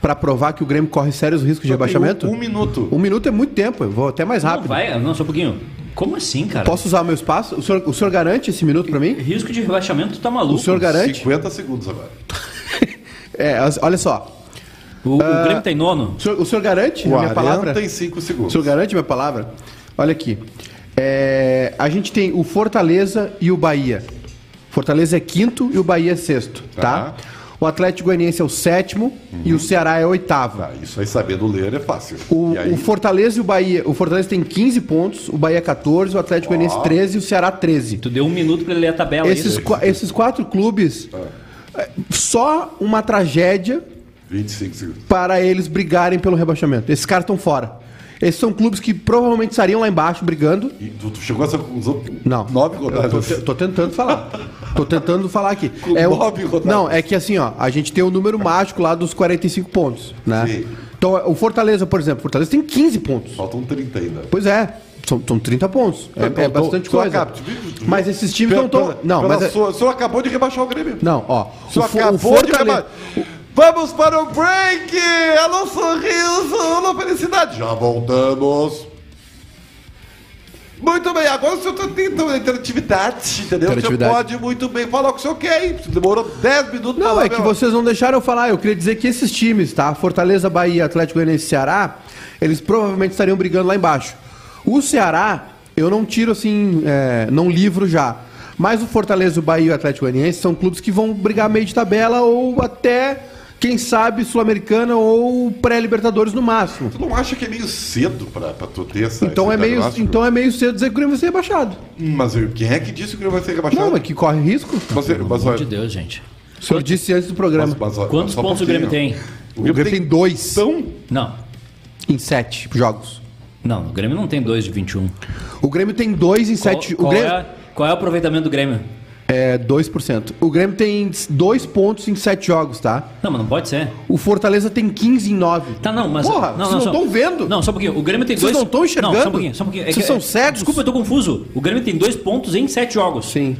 S2: pra provar que o Grêmio corre sérios riscos de
S1: Só tem
S2: rebaixamento?
S1: Um, um minuto.
S2: Um minuto é muito tempo, eu vou até mais
S3: Não,
S2: rápido.
S3: vai, não, só um pouquinho. Como assim, cara?
S2: Posso usar o meu espaço? O senhor, o senhor garante esse minuto pra mim?
S3: Risco de rebaixamento, tu tá maluco.
S2: O senhor garante?
S1: 50 segundos agora.
S2: É, as- olha só.
S3: O, o
S2: Ah.
S3: Grêmio tá em nono.
S2: O senhor, o senhor garante a minha palavra?
S1: 45
S2: O
S1: segundos.
S2: senhor garante a minha palavra? Olha aqui. É, a gente tem o Fortaleza e o Bahia. Fortaleza é quinto e o Bahia é sexto, tá?
S1: Tá.
S2: O Atlético Goianiense é o sétimo e o Ceará é o oitavo.
S1: Ah, isso aí sabendo ler é fácil.
S2: O,
S1: E aí,
S2: o Fortaleza e o Bahia. O Fortaleza tem 15 pontos, o Bahia 14, o Atlético Goianiense 13 e o Ceará 13.
S3: Tu deu um minuto pra ele ler a tabela.
S2: Esses,
S3: aí.
S2: qua- esses quatro clubes,
S1: Ah.
S2: é, só uma tragédia
S1: 25 segundos.
S2: para eles brigarem pelo rebaixamento. Esses caras estão fora. Esses são clubes que provavelmente estariam lá embaixo brigando.
S1: E tu, tu chegou a essa conclusão? com
S2: Não.
S1: Nove
S2: Eu tô,
S1: rodadas.
S2: te- tô tentando falar. tô tentando falar aqui.
S1: Com
S2: o-
S1: nove rodadas.
S2: Não, é que assim, ó, a gente tem o número mágico lá dos 45 pontos, né?
S1: Sim.
S2: Então, o Fortaleza, por exemplo, o Fortaleza tem 15 pontos.
S1: Faltam 30 ainda.
S2: Pois é, são, são 30 pontos. É,
S1: Então,
S2: é
S1: então,
S2: bastante
S1: o senhor
S2: coisa.
S1: acaba- tu viu- tu viu-
S2: mas esses times não
S1: Pela-
S2: estão.
S1: pela-
S2: Então, Não,
S1: pela
S2: mas. é-
S1: sua- O senhor acabou de rebaixar o Grêmio.
S2: Não, ó.
S1: O senhor
S2: o Fo- o
S1: acabou de
S2: Fortaleza-
S1: rebaixar. Vamos para o break! Alô, sorriso! Alô, felicidade! Já voltamos! Muito bem, agora o senhor tá tentando interatividade, entendeu? O senhor
S2: Interatividade.
S1: pode muito bem falar o que o senhor quer, hein? Demorou 10 minutos
S2: Não,
S1: pra
S2: é que
S1: meu-
S2: vocês não deixaram eu falar. Eu queria dizer que esses times, tá? Fortaleza, Bahia, Atlético Goianiense e Ceará, eles provavelmente estariam brigando lá embaixo. O Ceará, eu não tiro assim, é, não livro já. Mas o Fortaleza, o Bahia e o Atlético Goianiense são clubes que vão brigar meio de tabela ou até, quem sabe, Sul-Americana ou pré-Libertadores no máximo.
S1: Tu não acha que é meio cedo pra, pra tu ter essa
S2: Então
S1: esse tá
S2: é, meio,
S1: diagnóstico?
S2: então é meio cedo dizer que o Grêmio vai ser rebaixado.
S1: Hum, Mas eu- quem é que disse que o Grêmio vai ser rebaixado?
S2: Não, mas que corre risco.
S1: Mas, mas,
S3: Pelo amor
S1: olha,
S3: de Deus, gente.
S2: O senhor disse antes do programa.
S1: mas- mas olha,
S3: Quantos
S1: só um
S3: pontos o Grêmio
S1: pouquinho.
S3: tem?
S2: O Grêmio tem dois
S1: Então,
S3: Não.
S2: em sete jogos.
S3: Não, o Grêmio não tem 2 de 21.
S2: O Grêmio tem dois em sete. o
S3: qual, qual
S2: Grêmio...
S3: é, qual é o aproveitamento do Grêmio?
S2: É, 2%. O Grêmio tem 2 pontos em 7 jogos, tá?
S3: Não, mas não pode ser.
S2: O Fortaleza tem 15 em 9.
S3: Tá, não, mas.
S2: Porra,
S3: não,
S2: vocês não
S3: só-
S2: estão vendo?
S3: Não, só um pouquinho. O Grêmio tem
S2: Vocês
S3: dois.
S2: não estão enxergando?
S3: Não, só um pouquinho, só um pouquinho.
S2: Vocês
S3: que-
S2: são cegos?
S3: Desculpa, eu tô confuso. O Grêmio tem dois pontos em sete jogos.
S2: Sim.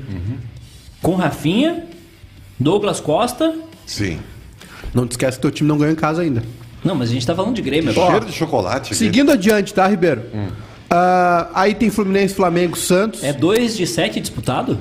S3: Com Rafinha, Douglas Costa.
S1: sim.
S2: Não te esquece que teu time não ganhou em casa ainda.
S3: Não, mas a gente tá falando de Grêmio agora.
S1: Cheiro de chocolate. Grêmio.
S2: Seguindo adiante, tá, Ribeiro? Ah, aí tem Fluminense, Flamengo, Santos.
S3: Hum. É 2 de 7 disputado?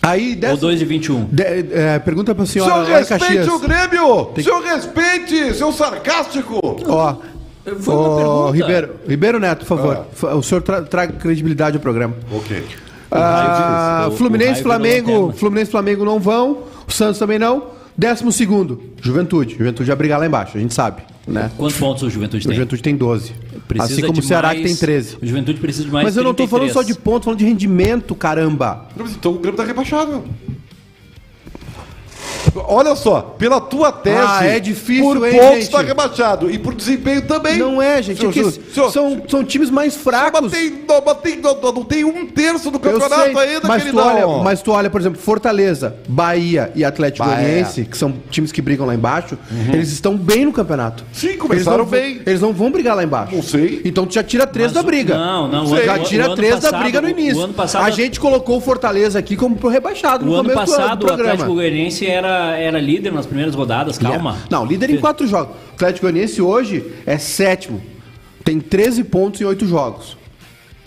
S2: Aí
S3: Ou
S2: dez...
S3: 2 de 21?
S2: de- é, pergunta pra senhora
S1: Seu
S2: lá em
S1: respeite
S2: Caxias.
S1: o Grêmio! Seu respeite, seu sarcástico!
S2: Ó,
S3: Foi uma
S2: ô,
S3: pergunta.
S2: Ribeiro, Ribeiro Neto, por favor.
S1: Ah.
S2: Fa- O senhor tra- traga credibilidade ao programa.
S1: Ok.
S2: Ah,
S3: raio virou- o-
S2: Fluminense,
S3: o raio virou
S2: Flamengo,
S3: lanterna.
S2: Fluminense, Flamengo não vão. O Santos também não. Décimo segundo, Juventude. Juventude vai brigar lá embaixo, a gente sabe, né?
S3: Quantos pontos o Juventude
S2: O
S3: tem?
S2: Juventude tem 12.
S3: Precisa
S2: assim como
S3: de
S2: o Ceará
S3: mais-
S2: que tem 13.
S3: O Juventude precisa de mais
S2: Mas eu não tô falando só de
S3: 33.
S2: ponto, tô falando de rendimento, caramba.
S1: Não, mas Então o Grêmio tá rebaixado. Olha só, pela tua tese,
S2: Ah, é difícil,
S1: por
S2: hein,
S1: pontos
S2: gente?
S1: tá rebaixado e por desempenho também.
S2: Não é, gente.
S1: Seu
S2: É que
S1: Ju- seu-
S2: são, são times mais
S1: Mas
S2: fracos.
S1: tem, não, mas tem- não, não, não tem um terço do
S2: Eu
S1: campeonato
S2: sei,
S1: ainda,
S2: mas tu,
S1: queridão.
S2: olha, mas tu olha, por exemplo, Fortaleza, Bahia e Atlético
S1: Bahia.
S2: Goianiense, que são times que brigam lá embaixo,
S3: Uhum.
S2: eles estão bem no campeonato.
S1: Sim, começaram
S2: eles não vão-
S1: bem.
S2: Eles não vão brigar lá embaixo.
S1: Não sei.
S2: Então tu já tira três
S3: Mas
S2: da
S3: o-
S2: briga.
S3: não, não, o
S2: já
S3: ano- o
S2: tira
S3: ano
S2: três da
S3: passado-
S2: briga no
S3: o-
S2: início.
S3: o ano passado-
S2: a gente colocou o Fortaleza aqui como pro rebaixado
S3: O
S2: no
S3: ano
S2: começo do-
S3: passado
S2: do
S3: o
S2: programa.
S3: Atlético Goianiense era, era líder nas primeiras rodadas, calma.
S2: Yeah. Não, líder em quatro jogos. O Atlético Goianiense hoje é sétimo. Tem 13 pontos em oito jogos.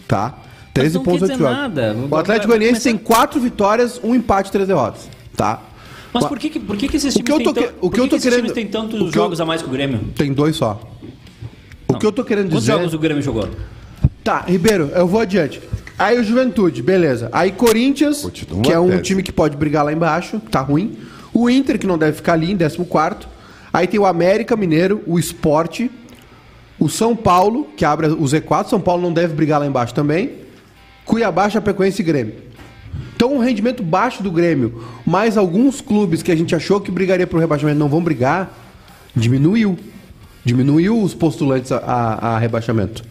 S2: Tá? 13
S3: não
S2: pontos em
S3: quer
S2: oito
S3: dizer
S2: jogos.
S3: nada.
S2: O Atlético
S3: Vai- vai
S2: Goianiense
S3: começar-
S2: tem quatro vitórias, um empate e três derrotas. Tá?
S3: Mas
S2: Qua-
S3: por que, que- por que, que esses
S2: O que
S3: times
S2: eu tô
S3: têm
S2: que-
S3: tan-
S2: o
S3: por
S2: que eu tô
S3: esses times
S2: querendo-
S3: têm
S2: o
S3: tantos
S2: que eu-
S3: jogos a mais que o Grêmio?
S2: Tem dois só. O que eu tô querendo
S3: Quantos
S2: dizer.
S3: jogos o Grêmio jogou?
S2: Tá, Ribeiro, eu vou adiante. Aí o Juventude, beleza. Aí Corinthians,
S1: Continua
S2: que é
S1: a
S2: um
S1: tese.
S2: time que pode brigar lá embaixo, tá ruim. O Inter, que não deve ficar ali em 14. Aí tem o América Mineiro, o Esporte, o São Paulo, que abre o Z4. São Paulo não deve brigar lá embaixo também. Cuiabá, Chapecoense e Grêmio. Então, um rendimento baixo do Grêmio, mas alguns clubes que a gente achou que brigaria pro rebaixamento não vão brigar, diminuiu. Diminuiu os postulantes a, a- a rebaixamento.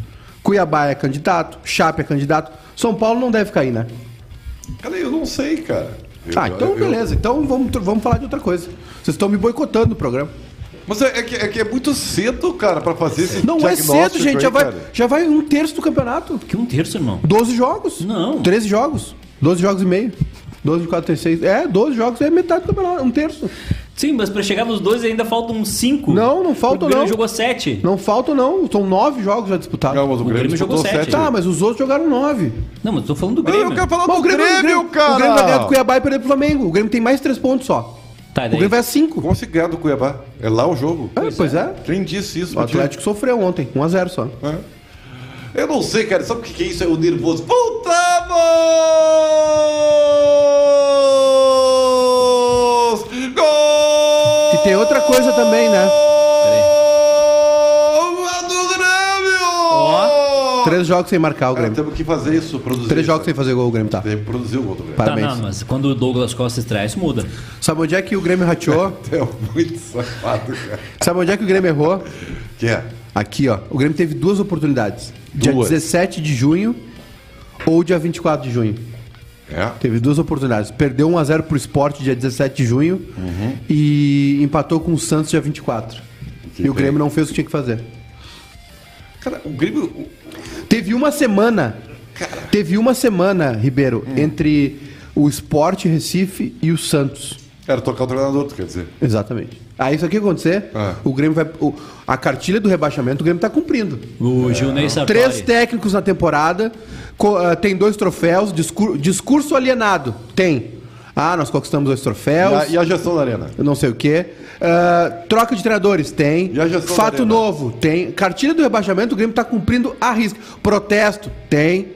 S2: Cuiabá é candidato, Chape é candidato. São Paulo não deve cair, né?
S1: Cara, eu não sei, cara.
S2: Tá,
S1: Eu-
S2: então
S1: eu-
S2: beleza. Então vamos, vamos falar de outra coisa. Vocês estão me boicotando o programa.
S1: Mas é, é que, é que é muito cedo, cara, pra fazer esse
S2: Não é cedo,
S1: diagnóstico
S2: gente.
S1: aí,
S2: Já vai,
S1: cara.
S2: já vai um terço do campeonato.
S3: Que um terço, irmão.
S2: 12 jogos?
S3: Não.
S2: 13 jogos. 12 jogos e meio. 12 de 4, 3, 6. É, 12 jogos é metade do campeonato, um terço.
S3: Sim, mas pra chegar nos dois ainda faltam uns cinco.
S2: Não, não
S3: falta
S2: faltam,
S3: O Grêmio
S2: não.
S3: jogou sete.
S2: Não faltam, não. São 9 jogos já disputados.
S1: Não, mas o, Grêmio,
S3: Grêmio
S1: disputou
S3: jogou sete.
S1: sete.
S2: Tá, mas os outros jogaram 9.
S3: Não, mas eu tô falando do
S1: Não,
S3: Grêmio.
S1: Eu quero falar do Grêmio, cara.
S2: o Grêmio vai ganhar do Cuiabá e perder pro Flamengo. O Grêmio tem mais 3 pontos só.
S3: Tá,
S2: O
S3: daí.
S2: Grêmio vai a 5.
S1: Como se ganhar do Cuiabá? É lá o jogo.
S2: É, pois é.
S1: Quem disse isso?
S2: O Atlético sofreu ontem, 1x0 só.
S1: Eu não sei, cara. Sabe o que que é isso? É o nervoso. Voltamos! Gol!
S2: E tem outra coisa também, né?
S1: É Do Grêmio! Ó!
S2: 3 jogos sem marcar o
S1: Cara,
S2: Grêmio.
S1: temos que fazer isso, produzir.
S2: 3 jogos
S1: É,
S2: sem
S1: isso.
S2: fazer gol o Grêmio, tá.
S1: Tem que produzir o outro, Grêmio.
S3: Tá,
S2: Parabéns.
S3: não, mas quando o Douglas Costa estreia, isso muda.
S2: Sabe onde é que o Grêmio rateou?
S1: É muito safado, cara.
S2: Sabe onde é que o Grêmio errou?
S1: Que é?
S2: Aqui, ó. O Grêmio teve duas oportunidades. Dia
S1: Duas.
S2: 17 de junho ou dia 24 de junho.
S1: É?
S2: Teve duas oportunidades. Perdeu 1x0 pro esporte dia 17 de junho
S1: Uhum.
S2: e empatou com o Santos dia 24. e o Grêmio não fez o que tinha que fazer.
S1: Cara, o Grêmio.
S2: Teve uma semana. Teve uma semana, Ribeiro,
S1: Hum.
S2: entre o Esporte Recife e o Santos.
S1: Era tocar o treinador, tu quer dizer.
S2: Exatamente. Aí isso aqui acontecer,
S1: É.
S2: o Grêmio vai. o- a cartilha do rebaixamento, o Grêmio tá cumprindo.
S3: O Gilney
S1: Tá
S3: Sartori.
S2: Três técnicos na temporada, co- ah, tem dois troféus, discur- discurso alienado, tem. Ah, nós conquistamos dois
S1: E
S2: troféus.
S1: a, e a gestão da arena?
S2: Eu não sei o quê. Ah, troca de treinadores, tem.
S1: E a gestão da
S2: Fato
S1: arena?
S2: novo, tem. Cartilha do rebaixamento, o Grêmio tá cumprindo a risca. Protesto, tem.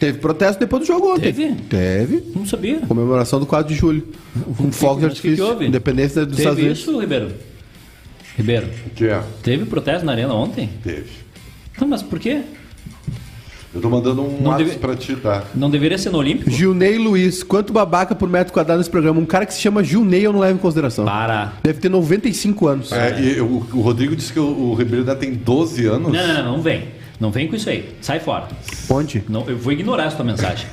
S2: Teve protesto depois do jogo ontem.
S3: Teve?
S2: Teve.
S3: Não sabia.
S2: Comemoração do 4 de julho. Com fogo de
S3: mas o que que
S2: artifício.
S3: houve?
S2: Independência dos Estados
S3: Teve
S2: Unidos.
S3: isso, Ribeiro? Ribeiro,
S1: Que é?
S3: teve protesto na arena ontem?
S1: Teve.
S3: Então, mas por quê?
S1: Eu tô mandando um
S3: Não
S1: WhatsApp
S3: deve-
S1: pra tá? te dar.
S3: Não deveria ser no Olímpico?
S2: Gilney Luiz, quanto babaca por metro quadrado nesse programa? Um cara que se chama Gilney eu não levo em consideração.
S3: Para.
S2: Deve ter 95 anos.
S1: É, e eu- o Rodrigo disse que o, o Ribeiro ainda tem 12 anos.
S3: Não, não, não, não vem. Não vem com isso aí. Sai fora.
S2: Onde?
S3: Não, eu vou ignorar essa tua mensagem.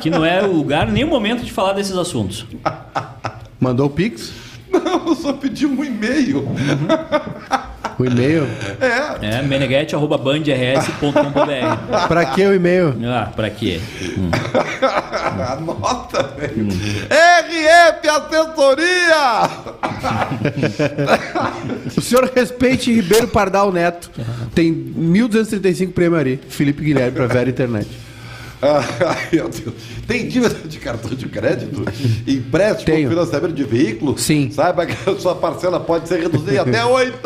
S3: que não é o lugar nem o momento de falar desses assuntos.
S2: Mandou o Pix?
S1: Não, eu só pedi um e-mail.
S2: O e-mail?
S1: É.
S3: É meneguete.bandrs.com.br.
S2: pra que o e-mail?
S3: Ah, pra quê?
S1: Anota, velho. RF Assessoria!
S2: O senhor respeite Ribeiro Pardal Neto. Tem 1.235 prêmio Ari. Felipe Guilherme pra Vera Internet.
S1: Ai, meu Deus. Tem dívida de cartão de crédito? Empréstimo,
S2: Tenho.
S1: financiamento de veículo?
S2: Sim.
S1: Saiba que a sua parcela pode ser reduzida em até 80!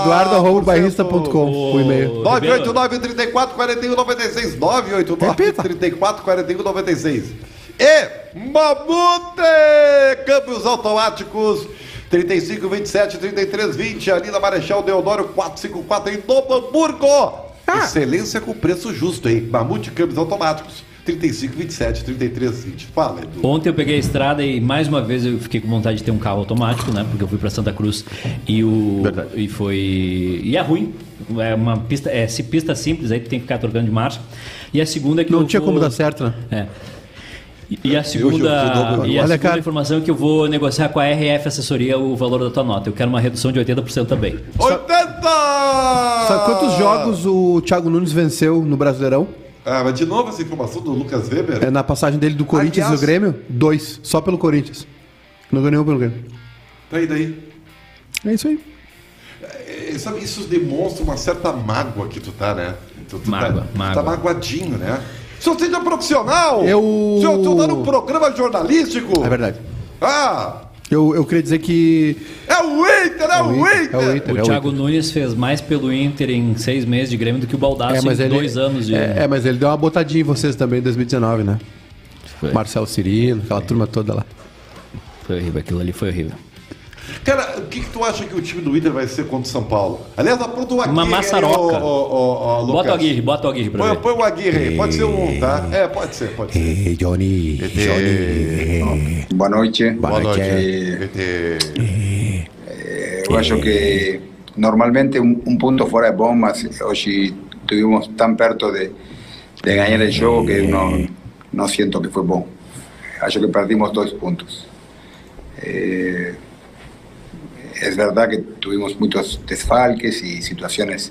S2: Eduardo.barrista.com. O e-mail.
S1: 989 34 41 96 989 34 41 96 um, E Mamute! Câmbios automáticos 35, 27, 33, 20 Ali na Marechal Deodoro 454 em Novo Hamburgo Excelência com preço justo, hein? Mamute Câmbios automáticos 35, 27, 33, 20 Fala, Edu
S3: Ontem eu peguei a estrada e mais uma vez eu fiquei com vontade de ter um carro automático, né? Porque eu fui pra Santa Cruz e o e foi e é ruim. É uma pista, é se pista simples aí tu tem que ficar trocando de marcha. E a segunda é que
S2: Não
S3: eu
S2: tinha
S3: vou-
S2: como dar certo, né?
S3: É. E- E a segunda,
S1: dobro.
S3: e a
S2: Olha,
S3: segunda
S2: cara.
S3: informação é que eu vou negociar com a RF Assessoria o valor da tua nota. Eu quero uma redução de 80% também.
S1: 80!
S2: Sabe quantos jogos o Thiago Nunes venceu no Brasileirão?
S1: Ah, mas de novo essa informação do Lucas Weber
S2: É, na passagem dele do Corinthians
S1: Aliás-
S2: e do Grêmio? Dois. Só pelo Corinthians. Não ganhou nenhum pelo Grêmio.
S1: Tá aí daí
S2: É isso aí.
S1: É, sabe, isso demonstra uma certa mágoa que tu tá, né? Tu, tu
S3: Mágoa,
S1: tá, tu
S3: mágoa.
S1: tá magoadinho, né? Seu seja profissional!
S2: Eu-
S1: Seu tu tá num programa jornalístico!
S2: É verdade.
S1: Ah!
S2: Eu, eu queria dizer que.
S1: É o Inter! É, o Inter!
S2: É o Inter.
S3: O
S2: é o
S3: Thiago
S2: Inter.
S3: Nunes fez mais pelo Inter em seis meses de Grêmio do que o Baldasso
S2: É, mas
S3: em
S2: ele,
S3: Ah, dois anos de.
S2: é, é, mas ele deu uma botadinha em vocês também em 2019, né?
S3: Foi.
S2: Marcelo Cirino, aquela turma toda lá. é-
S3: Foi horrível, aquilo ali foi horrível.
S1: Cara, o que, que tu acha que o time do Inter vai ser contra o São Paulo? Aliás, aponta o Aguirre.
S3: Uma
S1: aí,
S3: maçaroca.
S1: ô, ô, ô, ô, Lucas.
S3: Bota o Aguirre, bota o Aguirre pra
S1: Põe,
S3: ver.
S1: põe o Aguirre aí, pode ser um, tá? É, pode ser, pode ser.
S5: Eh, Johnny,
S1: É,
S5: Johnny, eh,
S6: Boa noite.
S5: Boa noche.
S6: Eh,
S1: É,
S6: yo creo que normalmente um, un, un punto fuera de bombas, hoy estuvimos tan perto de, de ganar el juego que no, no siento que fue bueno. Acho que perdimos dos puntos. Eh, es verdad que tuvimos muchos desfalques y situaciones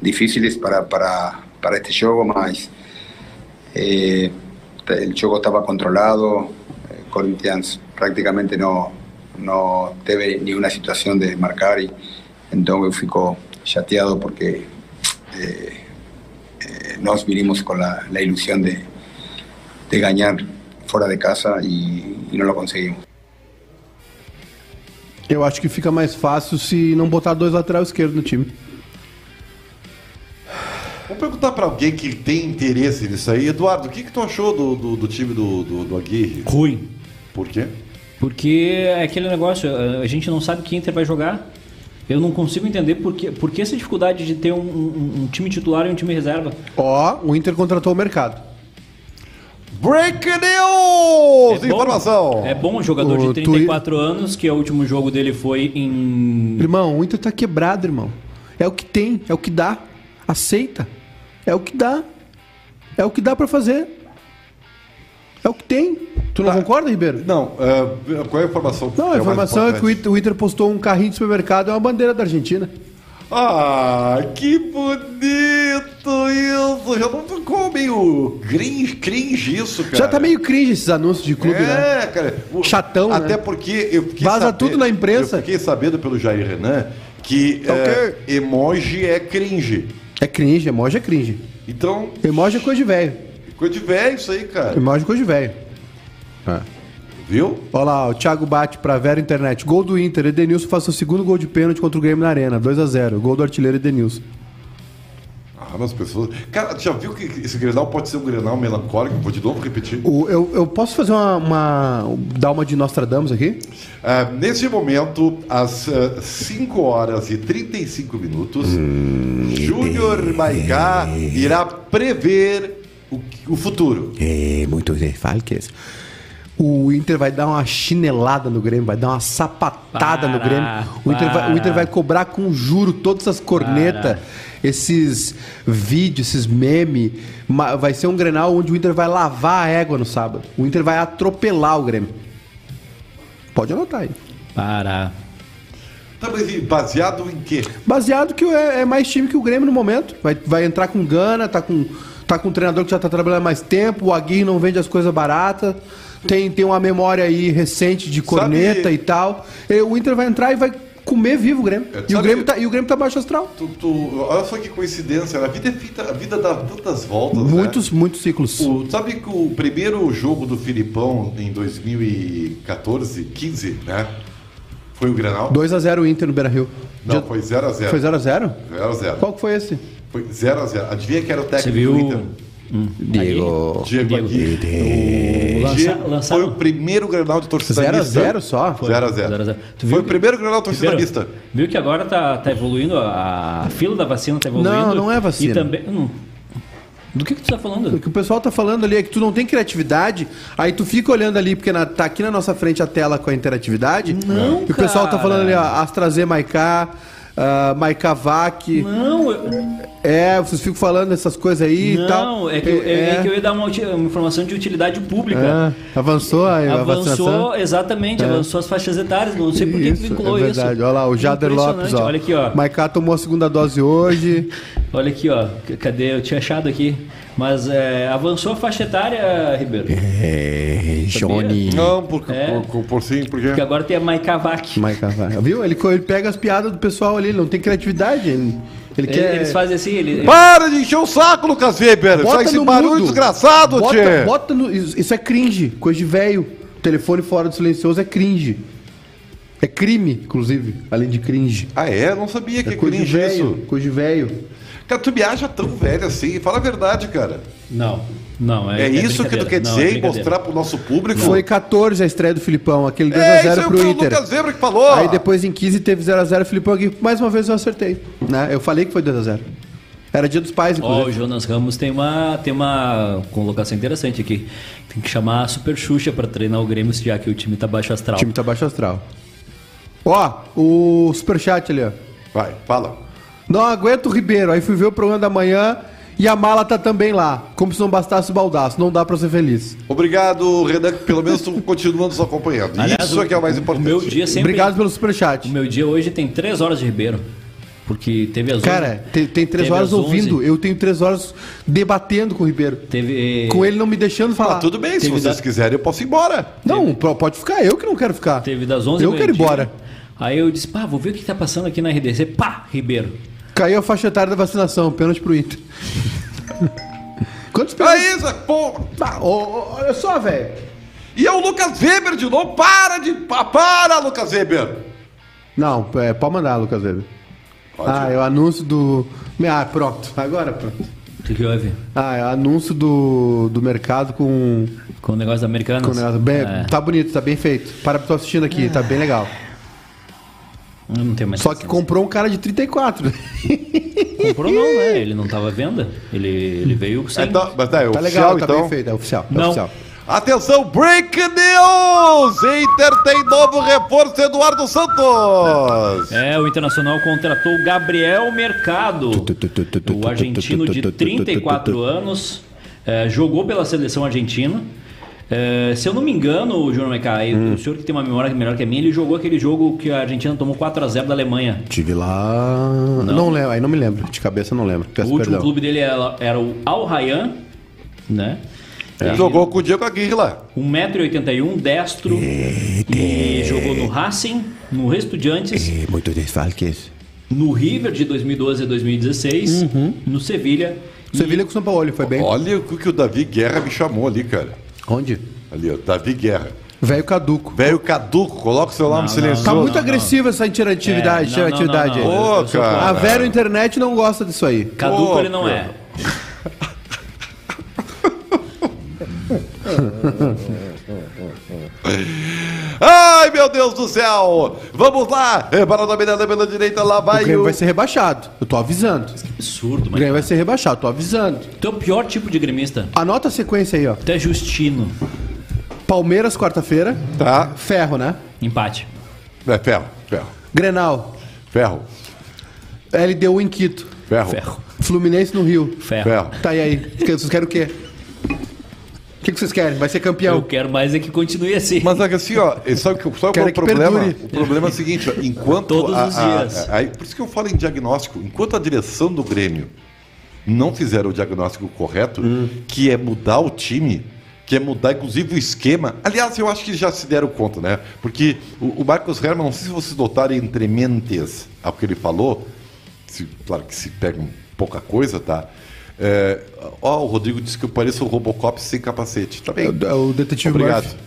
S6: difíciles para, para, para este juego, más Eh, el juego estaba controlado, eh, Corinthians prácticamente no, no teve ni una situación de marcar y entonces fico chateado porque eh, eh, nos vinimos con la, la ilusión de, de ganar fuera de casa y- y no lo conseguimos.
S2: Eu acho que fica mais fácil se não botar dois lateral esquerdo no time.
S1: Vamos perguntar pra alguém que tem interesse nisso aí. Eduardo, o que, que tu achou do, do, do time do, do, do Aguirre?
S3: Ruim.
S1: Por quê?
S3: Porque é aquele negócio, a a gente não sabe que Inter vai jogar. Eu não consigo entender por que, por que essa dificuldade de ter um, um- um time titular e um time reserva.
S2: Ó, o Inter contratou o mercado.
S1: Break News!
S3: É bom-
S1: Informação!
S3: É bom um jogador
S2: O
S3: de 34 anos, que o último jogo dele foi em.
S2: Irmão, o Inter tá quebrado, irmão. É o que tem, é o que dá. Aceita. É o que dá. É o que dá pra fazer. É o que tem. Tu não concorda, Ribeiro?
S1: Não, é, qual é a informação?
S2: Não,
S1: que
S2: a
S1: é mais
S2: informação é que o
S1: importante?
S2: Inter, o Inter postou um carrinho de supermercado, é uma bandeira da Argentina.
S1: Ah, que bonito isso! Já não ficou meio cringe, cringe isso, cara?
S2: Já tá meio cringe esses anúncios de clube, né?
S1: É, cara. O-
S2: Chatão, né?
S1: Até porque eu fiquei
S2: Vaza tudo na imprensa. Tá
S1: Eu fiquei sabendo pelo Jair Renan que
S2: Ok.
S1: é, emoji é cringe.
S2: É cringe, emoji é cringe.
S1: Então,
S2: Emoji é coisa de velho.
S1: ficou de velho isso aí, cara.
S2: Emoji é coisa de velho.
S1: Viu?
S2: Olha lá, o Thiago bate pra Vera Internet. Gol do Inter, Edenilson faz seu segundo gol de pênalti contra o Grêmio na Arena, 2x0. Gol do artilheiro Edenilson.
S1: Ah, mas pessoas. Cara, já viu que esse grenal pode ser um grenal melancólico? Vou de novo repetir.
S2: O- eu, eu posso fazer uma, uma. dar uma de Nostradamus aqui?
S1: Ah, neste momento, às 5 horas e 35 minutos, Júnior Maicá irá prever o, que- o futuro.
S5: É, muitos desfalques.
S2: O Inter vai dar uma chinelada no Grêmio, vai dar uma sapatada
S3: Para,
S2: no Grêmio. O Inter, vai, o
S3: para.
S2: Inter vai cobrar com juro todas essas cornetas, esses vídeos, esses memes. Vai ser um Grenal onde o Inter vai lavar a égua no sábado. O Inter vai atropelar o Grêmio. Pode anotar aí.
S3: Para.
S1: Tá, mas e baseado em quê?
S2: Baseado que é, é mais time que o Grêmio no momento. Vai, vai entrar com Gana, tá com, tá com um treinador que já tá trabalhando há mais tempo, o Aguirre não vende as coisas baratas, tem, tem uma memória aí recente de corneta
S1: Sabe-
S2: e tal. E o Inter vai entrar e vai comer vivo o Grêmio.
S1: É,
S2: e, o
S1: sabe-
S2: Grêmio tá, e o Grêmio tá baixo astral.
S1: Tu, tu- olha só que coincidência, a vida, é feita- a vida dá tantas voltas. né?
S2: Muitos, muitos ciclos.
S1: O- sabe que o primeiro jogo do Filipão em 2014, 15, né? Foi o Grenal?
S2: 2x0 o Inter no Beira Rio.
S1: Não, foi 0x0.
S2: Foi 0x0?
S1: 0x0.
S2: Qual que foi esse?
S1: Foi 0x0. Adivinha que era o técnico
S3: Você viu Hum,
S1: do Inter?
S2: Oh.
S5: Diego.
S1: Diego,
S3: Diego.
S1: Aguirre.
S3: o lança,
S1: Diego
S3: lançar
S1: Foi o primeiro Grenal de torcida
S2: 0x0 só?
S3: Foi. 0 a 0.
S1: 0x0.
S3: Tu viu
S1: Foi o
S3: que-
S1: primeiro Grenal de torcida
S3: Ribeiro,
S1: mista.
S3: Viu que agora tá, tá evoluindo, a a fila da vacina tá evoluindo.
S2: Não, não é vacina.
S3: E também. hum, do que, que tu tá
S2: O
S3: falando?
S2: que o pessoal tá falando ali é que tu não tem criatividade, aí tu fica olhando ali, porque na- tá aqui na nossa frente a tela com a interatividade.
S3: Não,
S2: E o pessoal tá
S3: cara.
S2: falando ali, ó, AstraZe Maiká, ah, Maiká Vac.
S3: Não, eu-
S2: É, vocês ficam falando essas coisas aí e tá- tal.
S3: não é, que, eu- é- é que eu ia dar uma, uti- uma informação de utilidade pública.
S2: É, avançou aí a vacinação.
S3: Avançou, exatamente, avançou as faixas etárias. Não sei por que que vinculou
S2: é
S3: isso.
S2: verdade. Olha lá, o Jader
S3: Impressionante.
S2: Lopes, ó.
S3: Olha aqui, ó.
S2: Maiká tomou a segunda dose hoje.
S3: Olha aqui, ó. C- Cadê? Eu tinha achado aqui. Mas é, avançou a faixa etária, Ribeiro.
S5: É, Johnny.
S1: Não, por,
S3: É.
S1: por, por, por sim, porque...
S3: Porque agora tem a Maica Vac.
S2: Maiká Vac. Viu? Ele, co- ele pega as piadas do pessoal ali, ele não tem criatividade. Ele, ele
S3: Ele-
S1: é-
S2: quer...
S3: Eles fazem assim, ele,
S1: Para de encher o saco, Lucas Weber! Sai esse
S2: no
S1: barulho
S2: mudo.
S1: desgraçado,
S2: bota,
S1: tchê!
S2: bota no- Isso isso é cringe, coisa de velho. Telefone fora do silencioso é cringe. É crime, inclusive, além de cringe.
S1: Ah, é? Não sabia que
S2: É
S1: é
S2: coisa de
S1: cringe
S2: velho.
S1: isso.
S2: Coisa de velho.
S1: Cara, tu me acha tão velho assim. Fala a verdade, cara.
S3: Não, não.
S1: É, isso que tu
S3: brincadeira.
S1: quer
S3: Não, é
S1: dizer e
S3: brincadeira.
S1: mostrar pro nosso público?
S2: Foi 14 a estreia do Filipão, aquele 2x0
S1: É, isso é o que
S2: pro
S1: o
S2: Inter.
S1: Lucas Weber que falou.
S2: Aí depois em 15 teve 0x0 Filipão aqui. Mais uma vez eu acertei. Né? Eu falei que foi 2x0. Era dia dos pais,
S3: Ó, o
S2: inclusive.
S3: Jonas Ramos tem uma, tem uma colocação interessante aqui. Tem que chamar a Super Xuxa pra treinar o Grêmio, já que o time tá baixo astral.
S2: o time tá baixo astral. Ó, o superchat ali, ó.
S1: Vai, fala.
S2: Não aguento o Ribeiro. Aí fui ver o programa da manhã e a mala tá também lá. Como se não bastasse o baldaço. Não dá pra ser feliz.
S1: Obrigado, Renan, que pelo menos tu continua nos acompanhando.
S3: Aliás,
S1: Isso é que é o mais
S3: O
S1: importante.
S3: meu dia sempre...
S2: Obrigado pelo superchat.
S3: O meu dia hoje tem três horas de Ribeiro. Porque teve as
S2: Cara, tem, tem três
S3: teve
S2: horas
S3: às 11,
S2: ouvindo. Eu tenho três horas debatendo com o Ribeiro.
S3: Teve...
S2: Com ele não me deixando falar.
S1: Ah, tudo bem, se
S3: Teve
S1: vocês
S3: da-
S1: quiserem, eu posso ir embora.
S2: Não, pro- pode ficar. Eu que não quero ficar.
S3: Teve das 11
S2: Eu
S3: ao
S2: quero ir
S3: meio-dia.
S2: embora.
S3: Aí eu disse, pá, vou ver o que tá passando aqui na RDC. Pá, Ribeiro.
S2: Caiu a faixa etária da vacinação. Pênalti pro Inter. Quantos pênaltis?
S1: Aí, Zé, porra!
S2: Tá, ô, ô, olha só, velho.
S1: E é o Lucas Weber de novo. Para de. pa- Para, Lucas Weber!
S2: Não, é, pode mandar, Lucas Weber.
S1: Pode.
S2: Ah, é o anúncio do. Ah, pronto. Agora pronto.
S3: O que que houve?
S2: Ah, é o anúncio do, do mercado com.
S3: Com o negócio da Americanas?
S2: com o negócio bem-
S3: É,
S2: Tá bonito, tá bem feito. Para tô assistindo aqui, tá bem legal.
S3: eu não tenho mais
S2: Só que
S3: paciência.
S2: comprou um cara de 34.
S3: comprou não, né? Ele não tava à venda. Ele, ele veio sem...
S1: Então, mas tá, é
S2: tá
S1: oficial
S2: legal, tá
S1: então.
S2: bem feito. É oficial. é
S3: Não.
S2: oficial.
S1: Atenção, break news! Inter tem novo reforço, Eduardo Santos!
S3: É, o Internacional contratou o Gabriel Mercado, o argentino de 34 anos, é, jogou pela seleção argentina. É, se eu não me engano, o Júnior Mecá,
S2: Hum.
S3: o senhor que tem uma memória melhor que a minha, ele jogou aquele jogo que a Argentina tomou 4x0 da Alemanha.
S5: Tive lá.
S2: Ah, não. lembro, aí não me lembro. De cabeça não lembro.
S3: o
S2: Peço
S3: último
S2: perdão.
S3: clube dele era, era o Al Rayyan, né?
S2: É.
S1: Ele É. jogou com o Diego Aguirre lá.
S3: 1,81m, destro, e jogou no Racing, no Estudiantes,
S5: É, muitos desfalques.
S3: no River de 2012 a 2016,
S1: Uhum.
S3: no Sevilha. e
S2: Sevilha com São Paulo, foi bem.
S1: Olha o que o Davi Guerra me chamou ali, cara.
S5: Onde?
S1: Ali, ó, Davi Guerra.
S2: Velho caduco.
S1: Velho caduco, coloca o celular
S3: Não,
S1: no
S3: não,
S1: silencioso.
S2: Tá
S3: Não,
S2: muito
S3: não,
S2: agressiva essa interatividade.
S3: É, não, não,
S2: interatividade
S3: não, não.
S2: aí.
S1: Ô,
S3: Eu sou contra.
S1: cara.
S2: A velha internet não gosta disso aí.
S3: Caduco
S1: Pô,
S3: ele não é.
S1: Ai, meu Deus do céu! Vamos lá! É, Para a dominada pela direita, lá
S2: o
S1: vai
S2: Grêmio
S1: o...
S2: vai ser rebaixado. Eu tô avisando.
S3: Absurdo,
S2: O
S3: mano.
S2: Grêmio vai ser rebaixado, tô avisando.
S3: Tu é o pior tipo de gremista.
S2: Anota a sequência aí, ó.
S3: Tu é Justino.
S2: Palmeiras, quarta-feira.
S1: Tá,
S2: Ferro, né?
S3: Empate.
S1: é ferro, ferro,
S2: Grenal.
S1: ferro,
S2: LDU em Quito.
S1: ferro, ferro,
S3: Ferro.
S2: Fluminense no Rio.
S3: Ferro.
S1: ferro.
S2: Tá, e aí? Que- Vocês querem o quê? O que que vocês querem? Vai ser
S3: Eu
S2: campeão.
S3: quero mais é que continue assim.
S1: Mas é que assim, ó, e sabe, que- sabe qual
S2: Quero
S1: é o
S2: que
S1: problema?
S2: perdure.
S1: O problema é o seguinte, ó, enquanto.
S3: Todos os
S1: a- a-
S3: dias.
S1: a- a- por isso que eu falo em diagnóstico. Enquanto a direção do Grêmio não fizer o diagnóstico correto,
S3: Hum.
S1: que é mudar o time, que é mudar inclusive o esquema. Aliás, eu acho que já se deram conta, né? Porque o, o Marcos Herman, não sei se vocês notarem entre mentes ao que ele falou, se- claro que se pega um- pouca coisa, tá? É, ó, o Rodrigo disse que eu pareço o Robocop sem capacete. Tá
S2: É
S1: bem.
S2: o- é o detetive
S1: Obrigado.
S2: Murphy.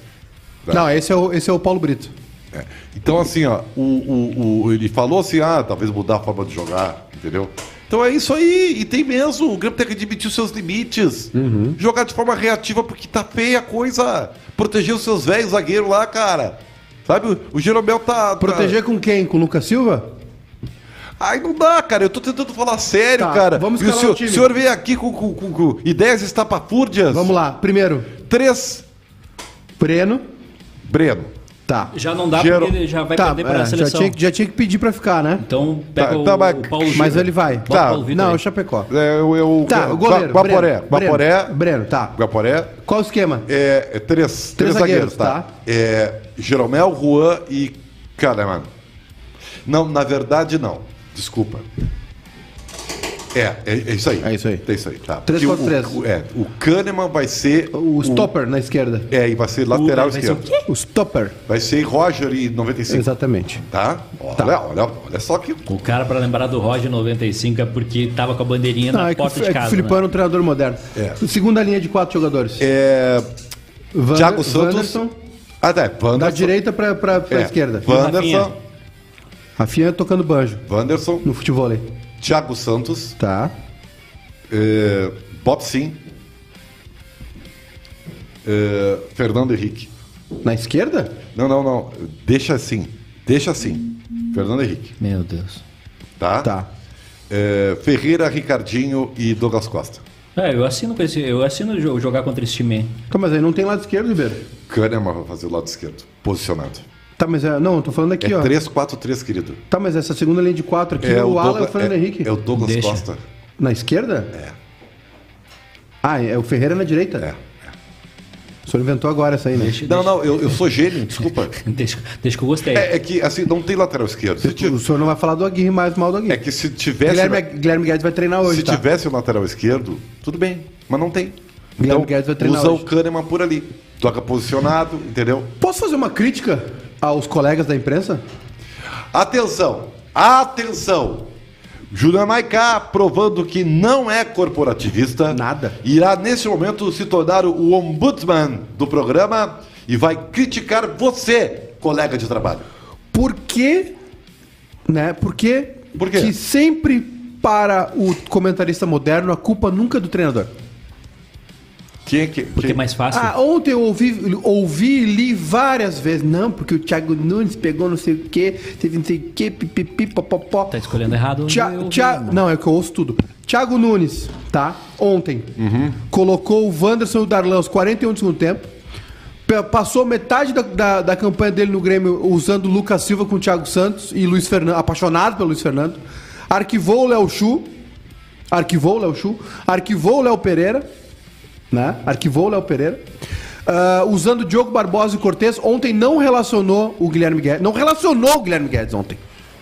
S2: Não, esse é, o, esse é o Paulo Brito.
S1: É. Então, assim, ó, o, o, o- ele falou assim, ah, talvez mudar a forma de jogar, entendeu? Então é isso aí, e tem mesmo, o Grêmio tem que admitir os seus limites,
S2: Uhum.
S1: jogar de forma reativa porque tá feia a coisa, proteger os seus velhos zagueiros lá, cara. Sabe, o- o Jeromel tá... tá-
S2: Proteger com quem? Com o Lucas Silva?
S1: Ai, não dá, cara, eu tô tentando falar sério,
S2: Tá,
S1: cara.
S2: vamos
S1: e o
S2: escalar
S1: senhor,
S2: o time.
S1: o senhor veio aqui com, com, com, com ideias estapafúrdias.
S2: Vamos lá. Primeiro,
S1: Três,
S2: Breno.
S1: Breno.
S2: Tá.
S3: Já não dá
S1: Gero-
S3: porque ele já vai
S2: tá,
S3: perder para
S2: é,
S3: a
S2: já,
S3: seleção.
S2: tinha, que- já tinha que pedir pra ficar, né?
S3: Então pega
S1: Tá,
S3: o,
S1: tá, mas-
S3: o Paulo Gil.
S2: Mas ele vai.
S3: Bota
S1: Tá.
S3: o Paulo Vitor
S2: Não,
S3: aí.
S2: o Chapecó.
S1: É, eu, eu,
S2: Tá, o goleiro.
S1: Gua- Guaporé,
S2: Breno,
S1: Guaporé,
S2: Breno, Breno, tá.
S1: Guaporé,
S2: Qual o esquema?
S1: É, é três, três, zagueiros,
S2: zagueiros,
S1: tá?
S2: tá.
S1: É, Jeromel, Juan e. Cara, mano. Não, na verdade, não. Desculpa. É, é, é isso aí.
S5: É isso aí.
S1: É isso aí, tá.
S2: Três
S1: Porque
S2: contra
S1: o-
S2: três.
S1: o- É, o Kahneman vai ser.
S2: O stopper na esquerda.
S1: É, e vai ser lateral
S3: vai ser
S1: esquerdo.
S3: o
S2: O stopper.
S1: Vai ser Roger e 95.
S2: Exatamente.
S1: Tá? Olha,
S2: Tá.
S1: Olha, olha só que.
S3: O cara, pra lembrar do Roger 95, é porque tava com a bandeirinha
S2: Não,
S3: na
S2: é que, o
S3: porta
S2: F- é que
S3: de
S2: o
S3: casa. né?
S2: Filipão era um treinador moderno.
S1: É.
S2: Segunda linha de quatro jogadores.
S1: É.
S2: Wander-
S1: Thiago Santos.
S2: Wanderson,
S1: Ah, tá. é, Wanderson.
S2: da direita pra, pra, pra
S1: é,
S2: esquerda.
S1: Wanderson.
S2: Rafinha tocando banjo
S1: Wanderson.
S2: no futebol. aí.
S1: Thiago Santos.
S2: Tá.
S1: É, Bob Sim. É, Fernando Henrique.
S2: Na esquerda?
S1: Não, não, não. Deixa assim. Deixa assim. Fernando Henrique.
S3: né? Meu Deus.
S1: Tá?
S2: Tá.
S1: É, Ferreira, Ricardinho e Douglas Costa.
S3: É, eu assino, com esse, eu assino jo- jogar contra esse time. aí.
S2: Tá, mas aí não tem lado esquerdo, Ribeiro.
S1: Kahneman vai fazer o lado esquerdo. Posicionado.
S2: Tá, mas é, não, eu tô falando aqui,
S1: É
S2: ó.
S1: 3-4-3, querido.
S2: Tá, mas essa segunda linha de quatro aqui, o, Ala é o
S1: Douglas-
S2: Fernando
S1: é-
S2: Henrique.
S1: É o Douglas
S3: Deixa.
S1: Costa.
S2: Na esquerda? É. Ah, é o Ferreira na direita?
S1: É.
S2: O senhor inventou agora essa aí, né?
S3: Deixa,
S1: Não, não, eu, eu sou gênio, desculpa.
S3: deixa, deixa que eu gostei.
S1: É, é que, assim, não tem lateral esquerdo. Se
S2: O
S1: ti-
S2: senhor não vai falar do Aguirre mais mal do Aguirre.
S1: é que se tivesse.
S2: Guilherme, Guilherme Guedes vai treinar hoje,
S1: Se
S2: tá?
S1: tivesse o lateral esquerdo, tudo bem, mas não tem. Então,
S2: Guilherme Guedes vai treinar
S1: usa
S2: hoje.
S1: o Kahneman por ali. Toca posicionado, entendeu?
S2: Posso fazer uma crítica aos colegas da imprensa?
S1: Atenção! Atenção! Juramaica provando que não é corporativista.
S2: Nada.
S1: Irá, neste momento, se tornar o ombudsman do programa e vai criticar você, colega de trabalho.
S2: Por que, né? Por que,
S1: Por quê?
S2: que sempre para o comentarista moderno a culpa nunca é do treinador?
S1: Quem é que.
S3: porque
S1: quem-
S3: é mais fácil.
S2: Ah, ontem eu ouvi, ouvi e li várias vezes. Não, porque o Thiago Nunes pegou não sei o quê, teve não sei o quê, pipipi, popopó.
S3: Tá escolhendo errado. eu um.
S2: Tia,
S3: ouvi,
S2: Tia-
S3: mano.
S2: não, é que eu ouço tudo. Thiago Nunes, tá? Ontem. Colocou o Wanderson e o Darlan aos 41 do segundo tempo. Pe- Passou metade da, da, da campanha dele no Grêmio usando o Lucas Silva com o Thiago Santos e Luiz Fernando, apaixonado pelo Luiz Fernando. Arquivou o Léo Chu. Arquivou o Léo Chu. Arquivou o Léo Pereira. Né? Arquivou o Léo Pereira. Ah, usando o Diogo Barbosa e Cortez. Ontem não relacionou o Guilherme Guedes. Não relacionou o Guilherme Guedes ontem.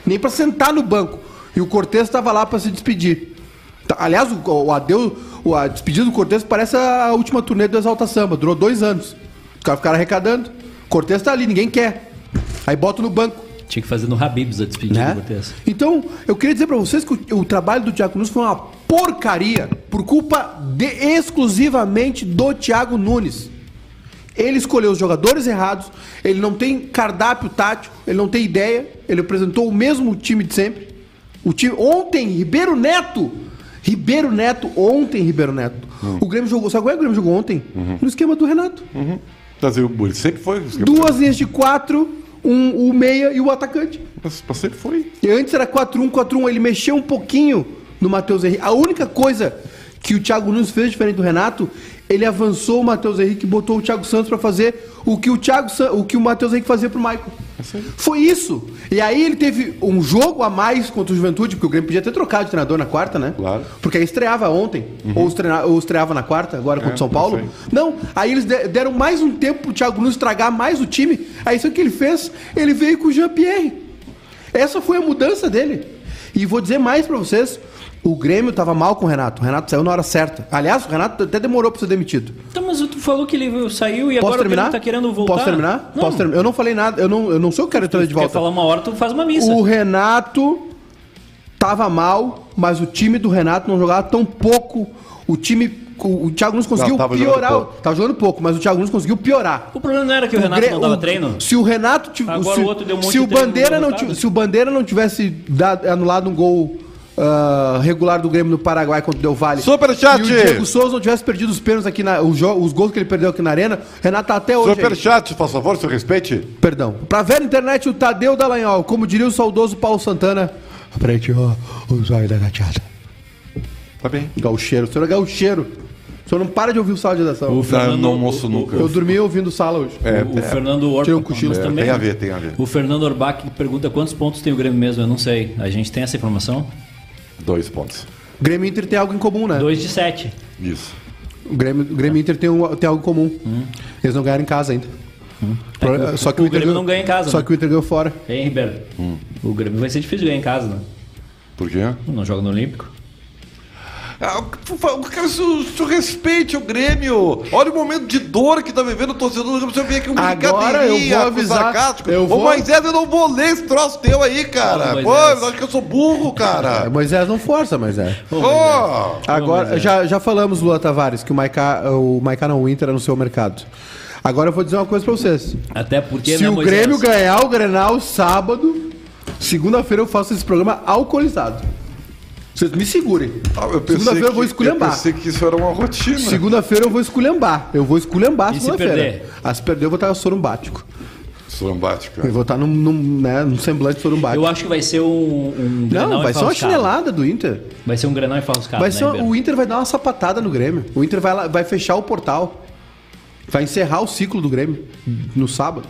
S2: Nem pra sentar no banco. E o Cortez estava lá pra se despedir. Tá, aliás, o, o adeus, o, a despedida do Cortez parece a última turnê do Exalta Samba. Durou dois anos. Os caras ficaram arrecadando. Cortez tá ali, ninguém quer. Aí bota no banco
S3: Tinha que fazer no Habibs a despedida
S2: né?
S3: do Cortez.
S2: Então, eu queria dizer pra vocês que o, o trabalho do Thiago Nunes foi uma porcaria por culpa de- exclusivamente do Thiago Nunes. Ele escolheu os jogadores errados, ele não tem cardápio tático, ele não tem ideia, ele apresentou o mesmo time de sempre. O time ontem Ribeiro Neto, Ribeiro Neto ontem Ribeiro Neto. O Grêmio jogou, sabe qual é que o Grêmio jogou ontem? No esquema do Renato.
S1: Mas eu- ele sempre foi.
S2: Duas linhas de quatro, um, o meia e o atacante.
S1: Mas- mas sempre foi.
S2: E antes era 4-1, 4-1. Ele mexeu um pouquinho no Matheus Henrique. A única coisa que o Thiago Nunes fez diferente do Renato, ele avançou o Matheus Henrique e botou o Thiago Santos pra fazer o que o Thiago San- o que o Matheus Henrique fazia pro Maicon. Foi isso. E aí ele teve um jogo a mais contra o Juventude, porque o Grêmio podia ter trocado de treinador na quarta, né?
S1: Claro. Uhum.
S2: Porque aí estreava ontem, ou, estreava, ou estreava na quarta, agora contra o São
S1: É, não
S2: Paulo.
S1: sei.
S2: Não, aí eles de- deram mais um tempo pro Thiago Nunes estragar mais o time. Aí sabe o que ele fez? Ele veio com o Jean-Pierre. Essa foi a mudança dele. E vou dizer mais pra vocês, o Grêmio tava mal com o Renato. O Renato saiu na hora certa. Aliás, o Renato até demorou pra ser demitido.
S3: Então, mas tu falou que ele saiu e
S2: Posso
S3: agora
S2: terminar?
S3: ele tá querendo voltar.
S2: Posso terminar?
S3: Não,
S2: Posso terminar? Eu não falei nada, eu não, eu não sou o cara que quero trazer de
S3: Quer
S2: volta.
S3: falar uma hora, tu faz uma missa.
S2: O Renato tava mal, mas o time do Renato não jogava tão pouco. O time. O o Thiago Nunes conseguiu
S1: Não, tava jogando
S2: piorar.
S1: pouco.
S2: Tava jogando pouco, mas o Thiago Nunes conseguiu piorar.
S3: O problema não era que o Renato
S2: Gre-
S3: não dava
S2: o-
S3: treino?
S2: Se o Renato tivesse.
S3: Agora
S2: Se,
S3: o outro deu um monte
S2: se
S3: de
S2: o
S3: treino
S2: Bandeira não
S3: voltado.
S2: ti- se o Bandeira não tivesse dado- anulado um gol ah, regular do Grêmio no Paraguai contra o Del Valle.
S1: Superchat!
S2: E o Diego Souza não tivesse perdido os pênaltis aqui na. Os, jo- os gols que ele perdeu aqui na arena, o Renato tá até hoje. aí.
S1: Superchat, por favor, seu respeite.
S2: Perdão. Pra ver na internet o Tadeu Dallagnol, como diria o saudoso Paulo Santana. Frente, ó, o zóio da gateada.
S1: Tá bem.
S2: Gaucheiro, o senhor é gaucheiro. O senhor não para de ouvir o sala de redação.
S1: eu Tá, não almoço nunca.
S2: Eu dormi ouvindo o sala hoje.
S1: É,
S3: o Fernando Orba
S2: Tirou um cochilo.
S3: mas
S1: É, tem a ver, tem a ver.
S3: O Fernando Orbach pergunta quantos pontos tem o Grêmio mesmo, eu não sei. A gente tem essa informação?
S1: dois pontos.
S2: Grêmio e Inter tem algo em comum, né?
S3: Dois de sete.
S1: Isso.
S2: O Grêmio, o Grêmio e Inter tem, um- tem algo em comum. Eles não ganharam em casa ainda. Pro- Só que
S3: Hum. É, o
S2: o, Inter
S3: Grêmio
S2: ganhou-
S3: não ganha em casa,
S2: Só
S3: né?
S2: que o Inter ganhou fora.
S3: Hein, Ribeiro?
S2: Hum.
S3: O Grêmio vai ser difícil ganhar em casa, né?
S1: Por quê?
S3: Não joga no Olímpico.
S1: Ah, por favor, cara, se o se o respeite o Grêmio. Olha o momento de dor que tá vivendo o torcedor do Grêmio. Você vem aqui um
S2: Agora eu vou
S1: com
S2: avisar,
S1: sarcástico.
S2: eu
S1: Ô,
S2: vou-
S1: Moisés, eu não vou ler esse troço teu aí, cara.
S3: Fala,
S1: Pô,
S3: Moisés.
S1: eu acho que eu sou burro, cara.
S2: Moisés não força, mas é.
S1: Pô,
S3: é.
S2: Agora, já, já falamos, Lula Tavares, que o Maiká, o Maiká não, o Inter é no seu mercado. Agora eu vou dizer uma coisa pra vocês.
S3: Até porque,
S2: Se
S3: né,
S2: o
S3: Moisés?
S2: Grêmio ganhar o Grenal sábado, segunda-feira eu faço esse programa alcoolizado. Vocês me segurem.
S1: ah, eu pensei
S2: Segunda-feira eu
S1: que-
S2: vou esculhambar.
S1: Eu pensei que isso era uma rotina.
S2: Segunda-feira eu vou esculhambar. Eu vou esculhambar
S3: E se
S2: segunda-feira.
S3: perder?
S2: Ah, se perder, eu vou estar sorumbático.
S1: Sorumbático.
S2: Eu vou estar num, num, né, num semblante sorumbático.
S3: Eu acho que vai ser um. um
S2: Não, vai ser uma
S3: enfauscado.
S2: chinelada do Inter.
S3: Vai ser um granão enfalscado.
S2: Vai
S3: né,
S2: ser uma-
S3: Ribeiro?
S2: o Inter vai dar uma sapatada no Grêmio. O Inter vai, lá- vai fechar o portal. Vai encerrar o ciclo do Grêmio no sábado.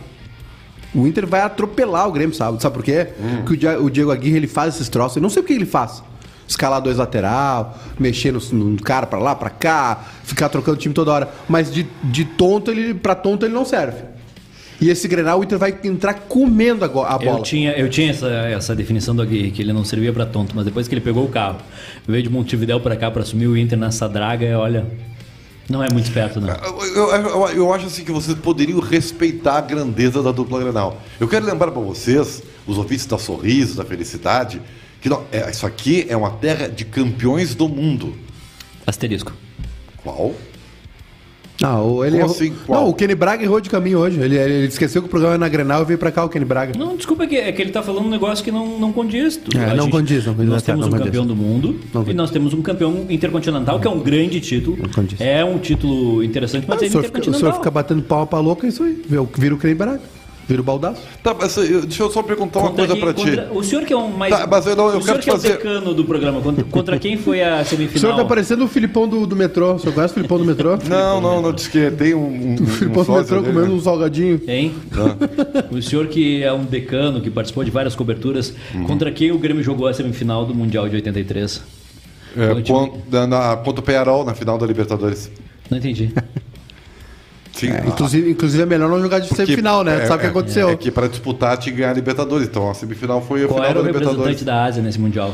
S2: O Inter vai atropelar o Grêmio sábado. Sabe por quê? Porque o Dia- o Diego Aguirre ele faz esses troços. Eu não sei por que ele faz. Escalar dois lateral, mexer no, no cara pra lá, pra cá, ficar trocando time toda hora. Mas de, de tonto ele, pra tonto ele não serve. E esse Grenal, o Inter vai entrar comendo a, go- a bola.
S3: Eu tinha, eu tinha essa, essa definição do Aguirre, que ele não servia pra tonto, mas depois que ele pegou o carro, veio de Montevidéu pra cá pra assumir o Inter nessa draga, olha. Não é muito esperto, não.
S1: Eu, eu- eu- eu acho assim que vocês poderiam respeitar a grandeza da dupla Granal. Eu quero lembrar para vocês, os ouvintes da Sorriso, da Felicidade, que nó- é, isso aqui é uma terra de campeões do mundo.
S3: Asterisco.
S1: Qual?
S2: Não, ele
S1: Como
S2: errou-
S1: assim, qual?
S2: não, Ah, o Kenny Braga errou de caminho hoje. Ele, ele esqueceu que o programa era na Grenal e veio pra cá o Kenny Braga.
S3: Não, desculpa, é que, é que ele tá falando um negócio que não, não condiz. Tu-
S2: É,
S3: a
S2: não condiz, não condiz,
S3: Nós
S2: tá,
S3: temos
S2: não
S3: um
S2: condiz.
S3: campeão do mundo
S2: Não
S3: e
S2: condiz.
S3: nós temos um campeão intercontinental, que é um grande título.
S2: condiz.
S3: É um título interessante, mas
S2: Ah, o,
S3: ele é
S2: senhor fica, o senhor
S3: intercontinental.
S2: fica batendo palma pra louca, é isso aí. Vira o- Vira o Kenny Braga. Vira o baldaço.
S1: Tá, mas eu- deixa eu só perguntar uma
S3: Contra
S1: coisa
S3: quem-
S1: para ti.
S3: contra- O senhor que é um mais.
S1: Tá, mas eu não- eu
S3: o senhor
S1: quero te
S3: que é o
S1: fazer-
S3: decano do programa. Contra, contra quem foi a
S2: O senhor
S3: semifinal?
S2: tá parecendo o Filipão do, do metrô. O senhor conhece o Filipão do metrô?
S1: Não, não, não, diz que tem um, um,
S2: O
S1: um,
S2: Filipão do
S1: sósia
S2: metrô
S1: dele,
S2: comendo
S1: né?
S2: um salgadinho.
S3: Hein?
S1: Ah.
S3: O senhor que é um decano, que participou de várias coberturas,
S1: Uhum.
S3: contra quem o Grêmio jogou a semifinal do Mundial de 83?
S1: É, con- na, na- contra o Penharol na final da Libertadores.
S3: Não entendi.
S1: Sim,
S2: É, inclusive, inclusive é melhor não jogar de semifinal, né? Tu Sabe o que aconteceu?
S1: Ah. É que para disputar tinha que ganhar a Libertadores, então a semifinal foi a
S3: Qual
S1: final
S3: era
S1: da
S3: o representante
S1: Libertadores.
S3: da Ásia nesse Mundial?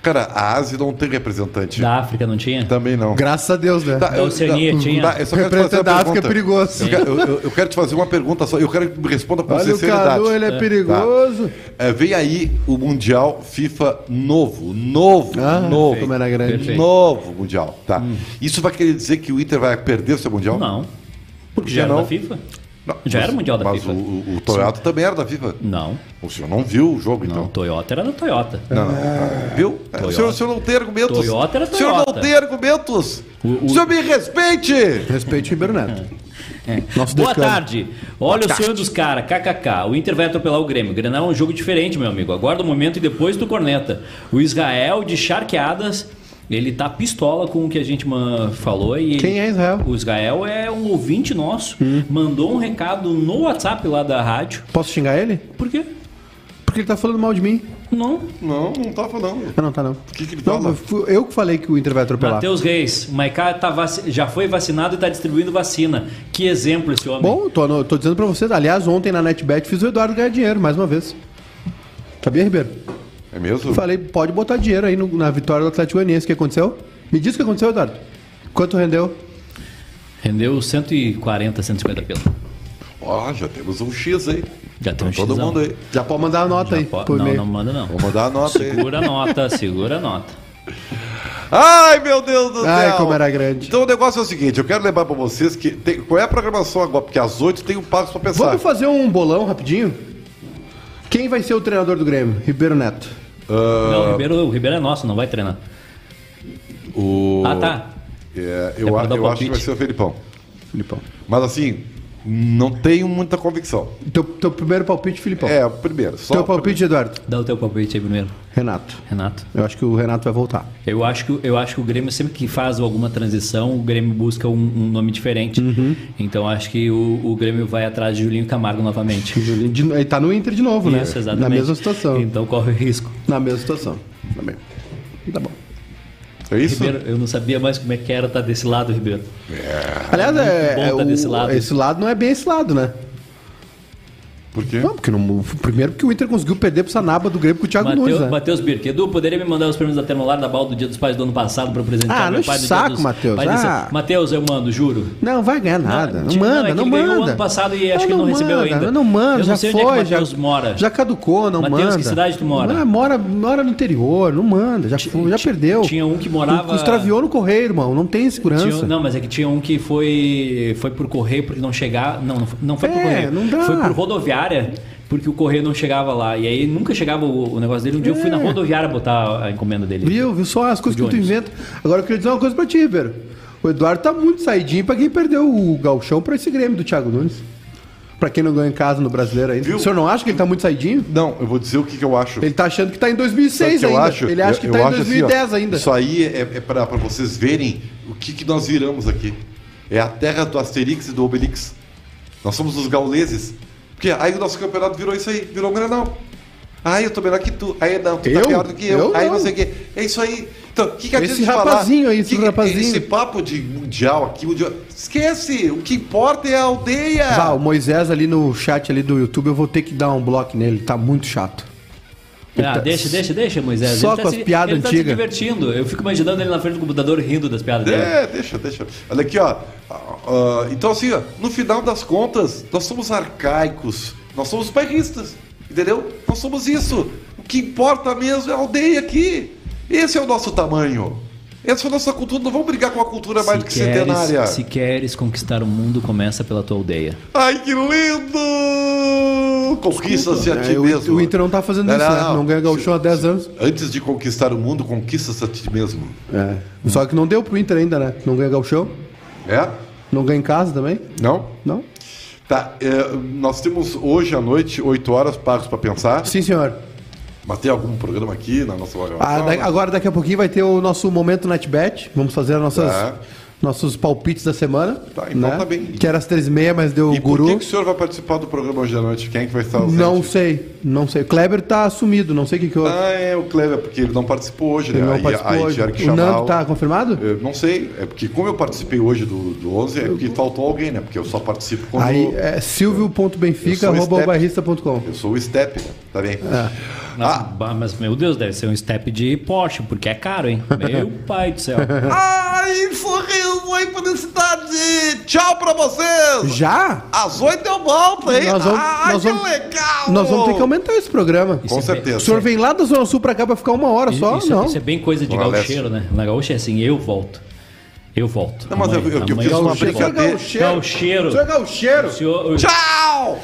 S1: Cara, a Ásia não tem representante.
S3: Da África, não tinha?
S1: Também não.
S2: Graças a Deus, né?
S1: Tá,
S3: Da Oceania
S1: tá,
S3: Então, tinha.
S1: tá, eu só quero te
S2: Representante
S1: fazer uma
S2: da
S1: pergunta.
S2: África é perigoso.
S1: Eu, quero- eu- eu- eu quero te fazer uma pergunta só. Eu quero que me responda com
S2: Olha o
S1: sinceridade.
S2: Cadu, ele é, perigoso.
S1: É, vem aí o Mundial FIFA novo. Novo.
S2: Ah,
S1: novo.
S2: como era grande.
S3: Perfeito.
S1: Novo Mundial. Tá. Isso vai querer dizer que o Inter vai perder o seu Mundial?
S3: Hum. Não.
S1: Por que
S3: Já era
S1: não?
S3: da FIFA?
S1: Não,
S3: Já
S1: mas-
S3: era Mundial da
S1: mas
S3: FIFA.
S1: o- o, o Toyota também era da FIFA.
S3: Não,
S1: O senhor não viu o jogo,
S3: não.
S1: então?
S3: Toyota era da Toyota.
S1: Não, não. Viu? É, O senhor, o senhor não tem argumentos.
S3: Ah. Toyota era
S1: o senhor
S3: Toyota.
S1: não tem argumentos. O,
S3: O- o-
S1: senhor me respeite.
S2: Respeite o Ribeiro Neto. Nosso
S3: Boa
S2: decano.
S3: tarde. Olha o sonho dos caras, kkk. O Inter vai atropelar o Grêmio. O Grenal é um jogo diferente, meu amigo. Aguarda o momento e depois tu corneta. O Israel de charqueadas, ele tá pistola com o que a gente ma- falou. E
S2: Quem é Israel? Hum.
S3: O Israel é um ouvinte nosso. Mandou um recado no WhatsApp lá da rádio.
S2: Posso xingar ele?
S3: Por quê?
S2: Porque ele tá falando mal de mim.
S3: Não.
S1: Não, não tá falando.
S2: Ah, não, tá não.
S1: que que ele
S2: Não,
S1: fala?
S2: eu fui- Eu que falei que o Inter vai atropelar.
S3: Matheus Reis, o Maiká tá vaci- já foi vacinado e tá distribuindo vacina. Que exemplo esse homem.
S2: Bom, eu tô, eu tô dizendo pra vocês. Aliás, ontem na NetBet fiz o Eduardo ganhar dinheiro, mais uma vez. Sabia, Ribeiro?
S1: É mesmo?
S2: Falei, pode botar dinheiro aí no- na vitória do Atlético Goianiense. O que aconteceu? Me diz o que aconteceu, Eduardo. Quanto rendeu?
S3: Rendeu 140, 150 pila.
S1: Ó, já temos um X aí. Tá
S3: Já tem um
S1: Todo
S3: Xzão.
S1: mundo aí.
S2: Já pode mandar a nota
S3: Já
S2: aí.
S3: po-
S2: por
S3: Não,
S2: e-mail.
S3: não manda não.
S1: Vou mandar a nota aí.
S3: Segura a nota, segura a nota.
S1: Ai, meu Deus do
S2: Ai,
S1: céu!
S2: como era grande.
S1: Então o negócio é o seguinte, eu quero lembrar pra vocês que tem- qual é a programação agora, porque às 8 tem um passo pra pensar.
S2: Vamos fazer um bolão rapidinho? Quem vai ser o treinador do Grêmio? Ribeiro Neto.
S3: Não, o Ribeiro, o Ribeiro é nosso, não vai treinar.
S1: O-
S3: Ah, tá.
S1: É,
S3: É
S1: eu
S3: pra
S1: a-
S3: dar
S1: eu acho que
S3: palpite.
S1: vai ser o Felipão.
S2: Filipão.
S1: Mas assim, não tenho muita convicção.
S2: Teu, teu primeiro palpite, Filipão.
S1: É, o primeiro. Só
S3: Então,
S2: teu palpite, Eduardo.
S3: Dá o teu palpite aí primeiro,
S2: Renato.
S3: Renato.
S2: Eu acho que o Renato vai voltar.
S3: Eu acho, que, eu acho que o Grêmio, sempre que faz alguma transição, o Grêmio busca um, um nome diferente.
S2: Uhum.
S3: Então acho que o, o Grêmio vai atrás de Julinho Camargo novamente.
S2: De- ele tá no Inter de novo, né?
S3: Isso, exatamente.
S2: Na mesma situação.
S3: Então corre o risco.
S2: Na mesma situação. Também. Tá bom.
S1: É isso?
S3: Ribeiro, eu não sabia mais como é que era estar desse lado, Ribeiro.
S2: Aliás, é,
S3: bom
S2: é
S3: tá
S2: o-
S3: desse lado.
S2: esse lado não é bem esse lado, né?
S1: Por
S3: É.
S1: quê?
S2: Não, porque não, primeiro porque o Inter conseguiu perder pro Sanaba do Grêmio com o Thiago Nunes, né?
S3: Mateus, Matheus Birk, Edu, poderia me mandar os prêmios da Termolar da Bal do Dia dos Pais do ano passado para apresentar
S2: Ah,
S3: meu
S2: não
S3: pai
S2: enche
S3: do
S2: saco,
S3: Dia dos
S2: Matheus.
S3: Pais desse-
S2: Ah.
S3: Matheus, eu mando, juro.
S2: Não vai ganhar nada. Não,
S3: Não,
S2: manda,
S3: é que
S2: não
S3: ele ganhou
S2: manda.
S3: ano passado e acho que não recebeu
S2: manda,
S3: ainda.
S2: Não
S3: Eu
S2: manda,
S3: não
S2: já
S3: sei onde é que
S2: foi.
S3: o Matheus
S2: já,
S3: mora.
S2: já caducou, não
S3: Matheus,
S2: manda.
S3: que cidade tu mora?
S2: Ah, mora? Mora no interior, não manda. Já, foi, já perdeu.
S3: tinha um que morava-
S2: O- Extraviou no correio, irmão. Não tem segurança.
S3: Tinha- não, mas é que tinha um que foi foi por correio porque não chegava. Não, não foi, não foi por
S2: É,
S3: correio.
S2: não dá.
S3: Foi por rodoviária porque o correio não chegava lá. E aí nunca chegava o, o negócio dele. Um dia eu fui na rodoviária botar a encomenda dele.
S2: É. Viu? Viu só as coisas
S3: De
S2: que tu
S3: ônibus.
S2: inventa. Agora eu queria dizer uma coisa pra ti, Ribeiro. O Eduardo tá muito saidinho pra quem perdeu o galchão pra esse Grêmio do Thiago Nunes. Pra quem não ganhou em casa no brasileiro ainda.
S1: Viu?
S2: O senhor não acha que ele tá muito saidinho?
S1: Não, eu vou dizer o que, que eu acho.
S2: Ele tá achando que tá em
S1: Sabe o
S2: 2006
S1: que eu
S2: ainda.
S1: acho?
S2: Ele acha que
S1: Eu-
S2: tá
S1: eu
S2: em
S1: acho assim,
S2: 2010
S1: ó,
S2: ainda.
S1: Isso aí é, é para vocês verem o que, que nós viramos aqui. É a terra do Asterix e do Obelix. Nós somos os gauleses. Porque aí o nosso campeonato virou isso aí, virou um granal. Aí eu tô melhor que tu, aí não, tu
S2: Eu?
S1: tá pior do que eu,
S2: Eu
S1: aí não
S2: não.
S1: sei o quê. É isso aí. Então, o que, que adianta
S2: Esse
S1: de falar?
S2: rapazinho aí, esse
S1: Que que-
S2: rapazinho.
S1: Esse papo de mundial aqui, mundial... Esquece! O que importa é a aldeia!
S2: Bah, Ah, o Moisés ali no chat ali do YouTube, eu vou ter que dar um bloco nele, tá muito chato.
S3: Ah, deixa, deixa, deixa, Moisés.
S2: Só
S3: Ele tá
S2: com as
S3: se-
S2: piadas
S3: ele tá
S2: antigas.
S3: se divertindo. Eu fico imaginando ele na frente do computador rindo das piadas dele.
S1: É, deixa, deixa. Olha aqui, ó. Ah, ah, então, assim, ó, no final das contas, nós somos arcaicos, nós somos bairristas, entendeu? Nós somos isso. O que importa mesmo é a aldeia aqui. Esse é o nosso tamanho. Essa é a nossa cultura. Não vamos brigar com a cultura mais do que centenária.
S3: se queres conquistar o mundo, começa pela tua aldeia.
S1: Ai, que lindo! Conquista-se a
S2: É,
S1: ti
S2: o,
S1: mesmo.
S2: o Inter não tá fazendo
S1: Não,
S2: isso,
S1: não,
S2: né?
S1: não.
S2: Não ganha gauchão há 10 anos.
S1: Antes de conquistar o mundo, conquista-se a ti mesmo.
S2: É. Só que não deu pro Inter ainda, né? Não ganha gauchão,
S1: É?
S2: não ganha em casa também,
S1: Não?
S2: não?
S1: Tá, é, nós temos hoje à noite, 8 horas, pagos pra pensar.
S2: Sim, senhor.
S1: Mas tem algum programa aqui na nossa programação?
S2: Ah, da- agora daqui a pouquinho vai ter o nosso momento NetBet, vamos fazer as nossas...
S1: Tá.
S2: Nossos palpites da semana. né?
S1: Tá, então tá bem.
S2: Que era às três e meia, mas deu
S1: E
S2: o
S1: por
S2: guru.
S1: que, que o senhor vai participar do programa hoje à noite? Quem é que vai estar ausente?
S2: Não sei, não sei. O Kleber tá sumido, não sei o que que eu...
S1: Ah, é o Cleber, porque ele não participou hoje,
S2: ele
S1: né?
S2: não
S1: Aí-
S2: participou
S1: aí
S2: hoje.
S1: tiveram que
S2: O
S1: chamar
S2: Nando
S1: o-
S2: tá confirmado?
S1: Eu não sei, é porque como eu participei hoje do, do 11, é porque faltou alguém, né? Porque eu só participo quando... Eu
S2: Aí é
S1: sou o Step.
S2: silvio.benfica.com.
S1: Eu sou o Step, né? Tá bem.
S2: É.
S1: Ah,
S3: Nossa, bah, mas meu Deus, deve ser um step de Porsche, porque é caro, hein? Meu pai do céu.
S1: Ai, sorriso, ai, felicidade! Tchau pra vocês!
S2: Já?
S1: Às oito eu volto, hein?
S2: Nós vamos,
S1: ai,
S2: nós,
S1: que
S2: vamos,
S1: legal!
S2: nós vamos ter que aumentar esse programa.
S1: Com
S3: Isso é
S1: certeza.
S2: O senhor vem lá da Zona Sul pra cá pra ficar uma hora só?
S3: isso, é
S2: não.
S3: isso é bem coisa de
S1: Olha,
S3: gaucheiro, né? Na gaúcha é assim, eu volto. é
S2: Eu volto.
S3: Não, mas eu- eu- eu
S2: Amanhã
S3: fiz uma
S2: volto.
S3: brincadeira.
S2: Tchau, cheiro.
S1: Chega o cheiro.
S2: O senhor-
S1: Tchau!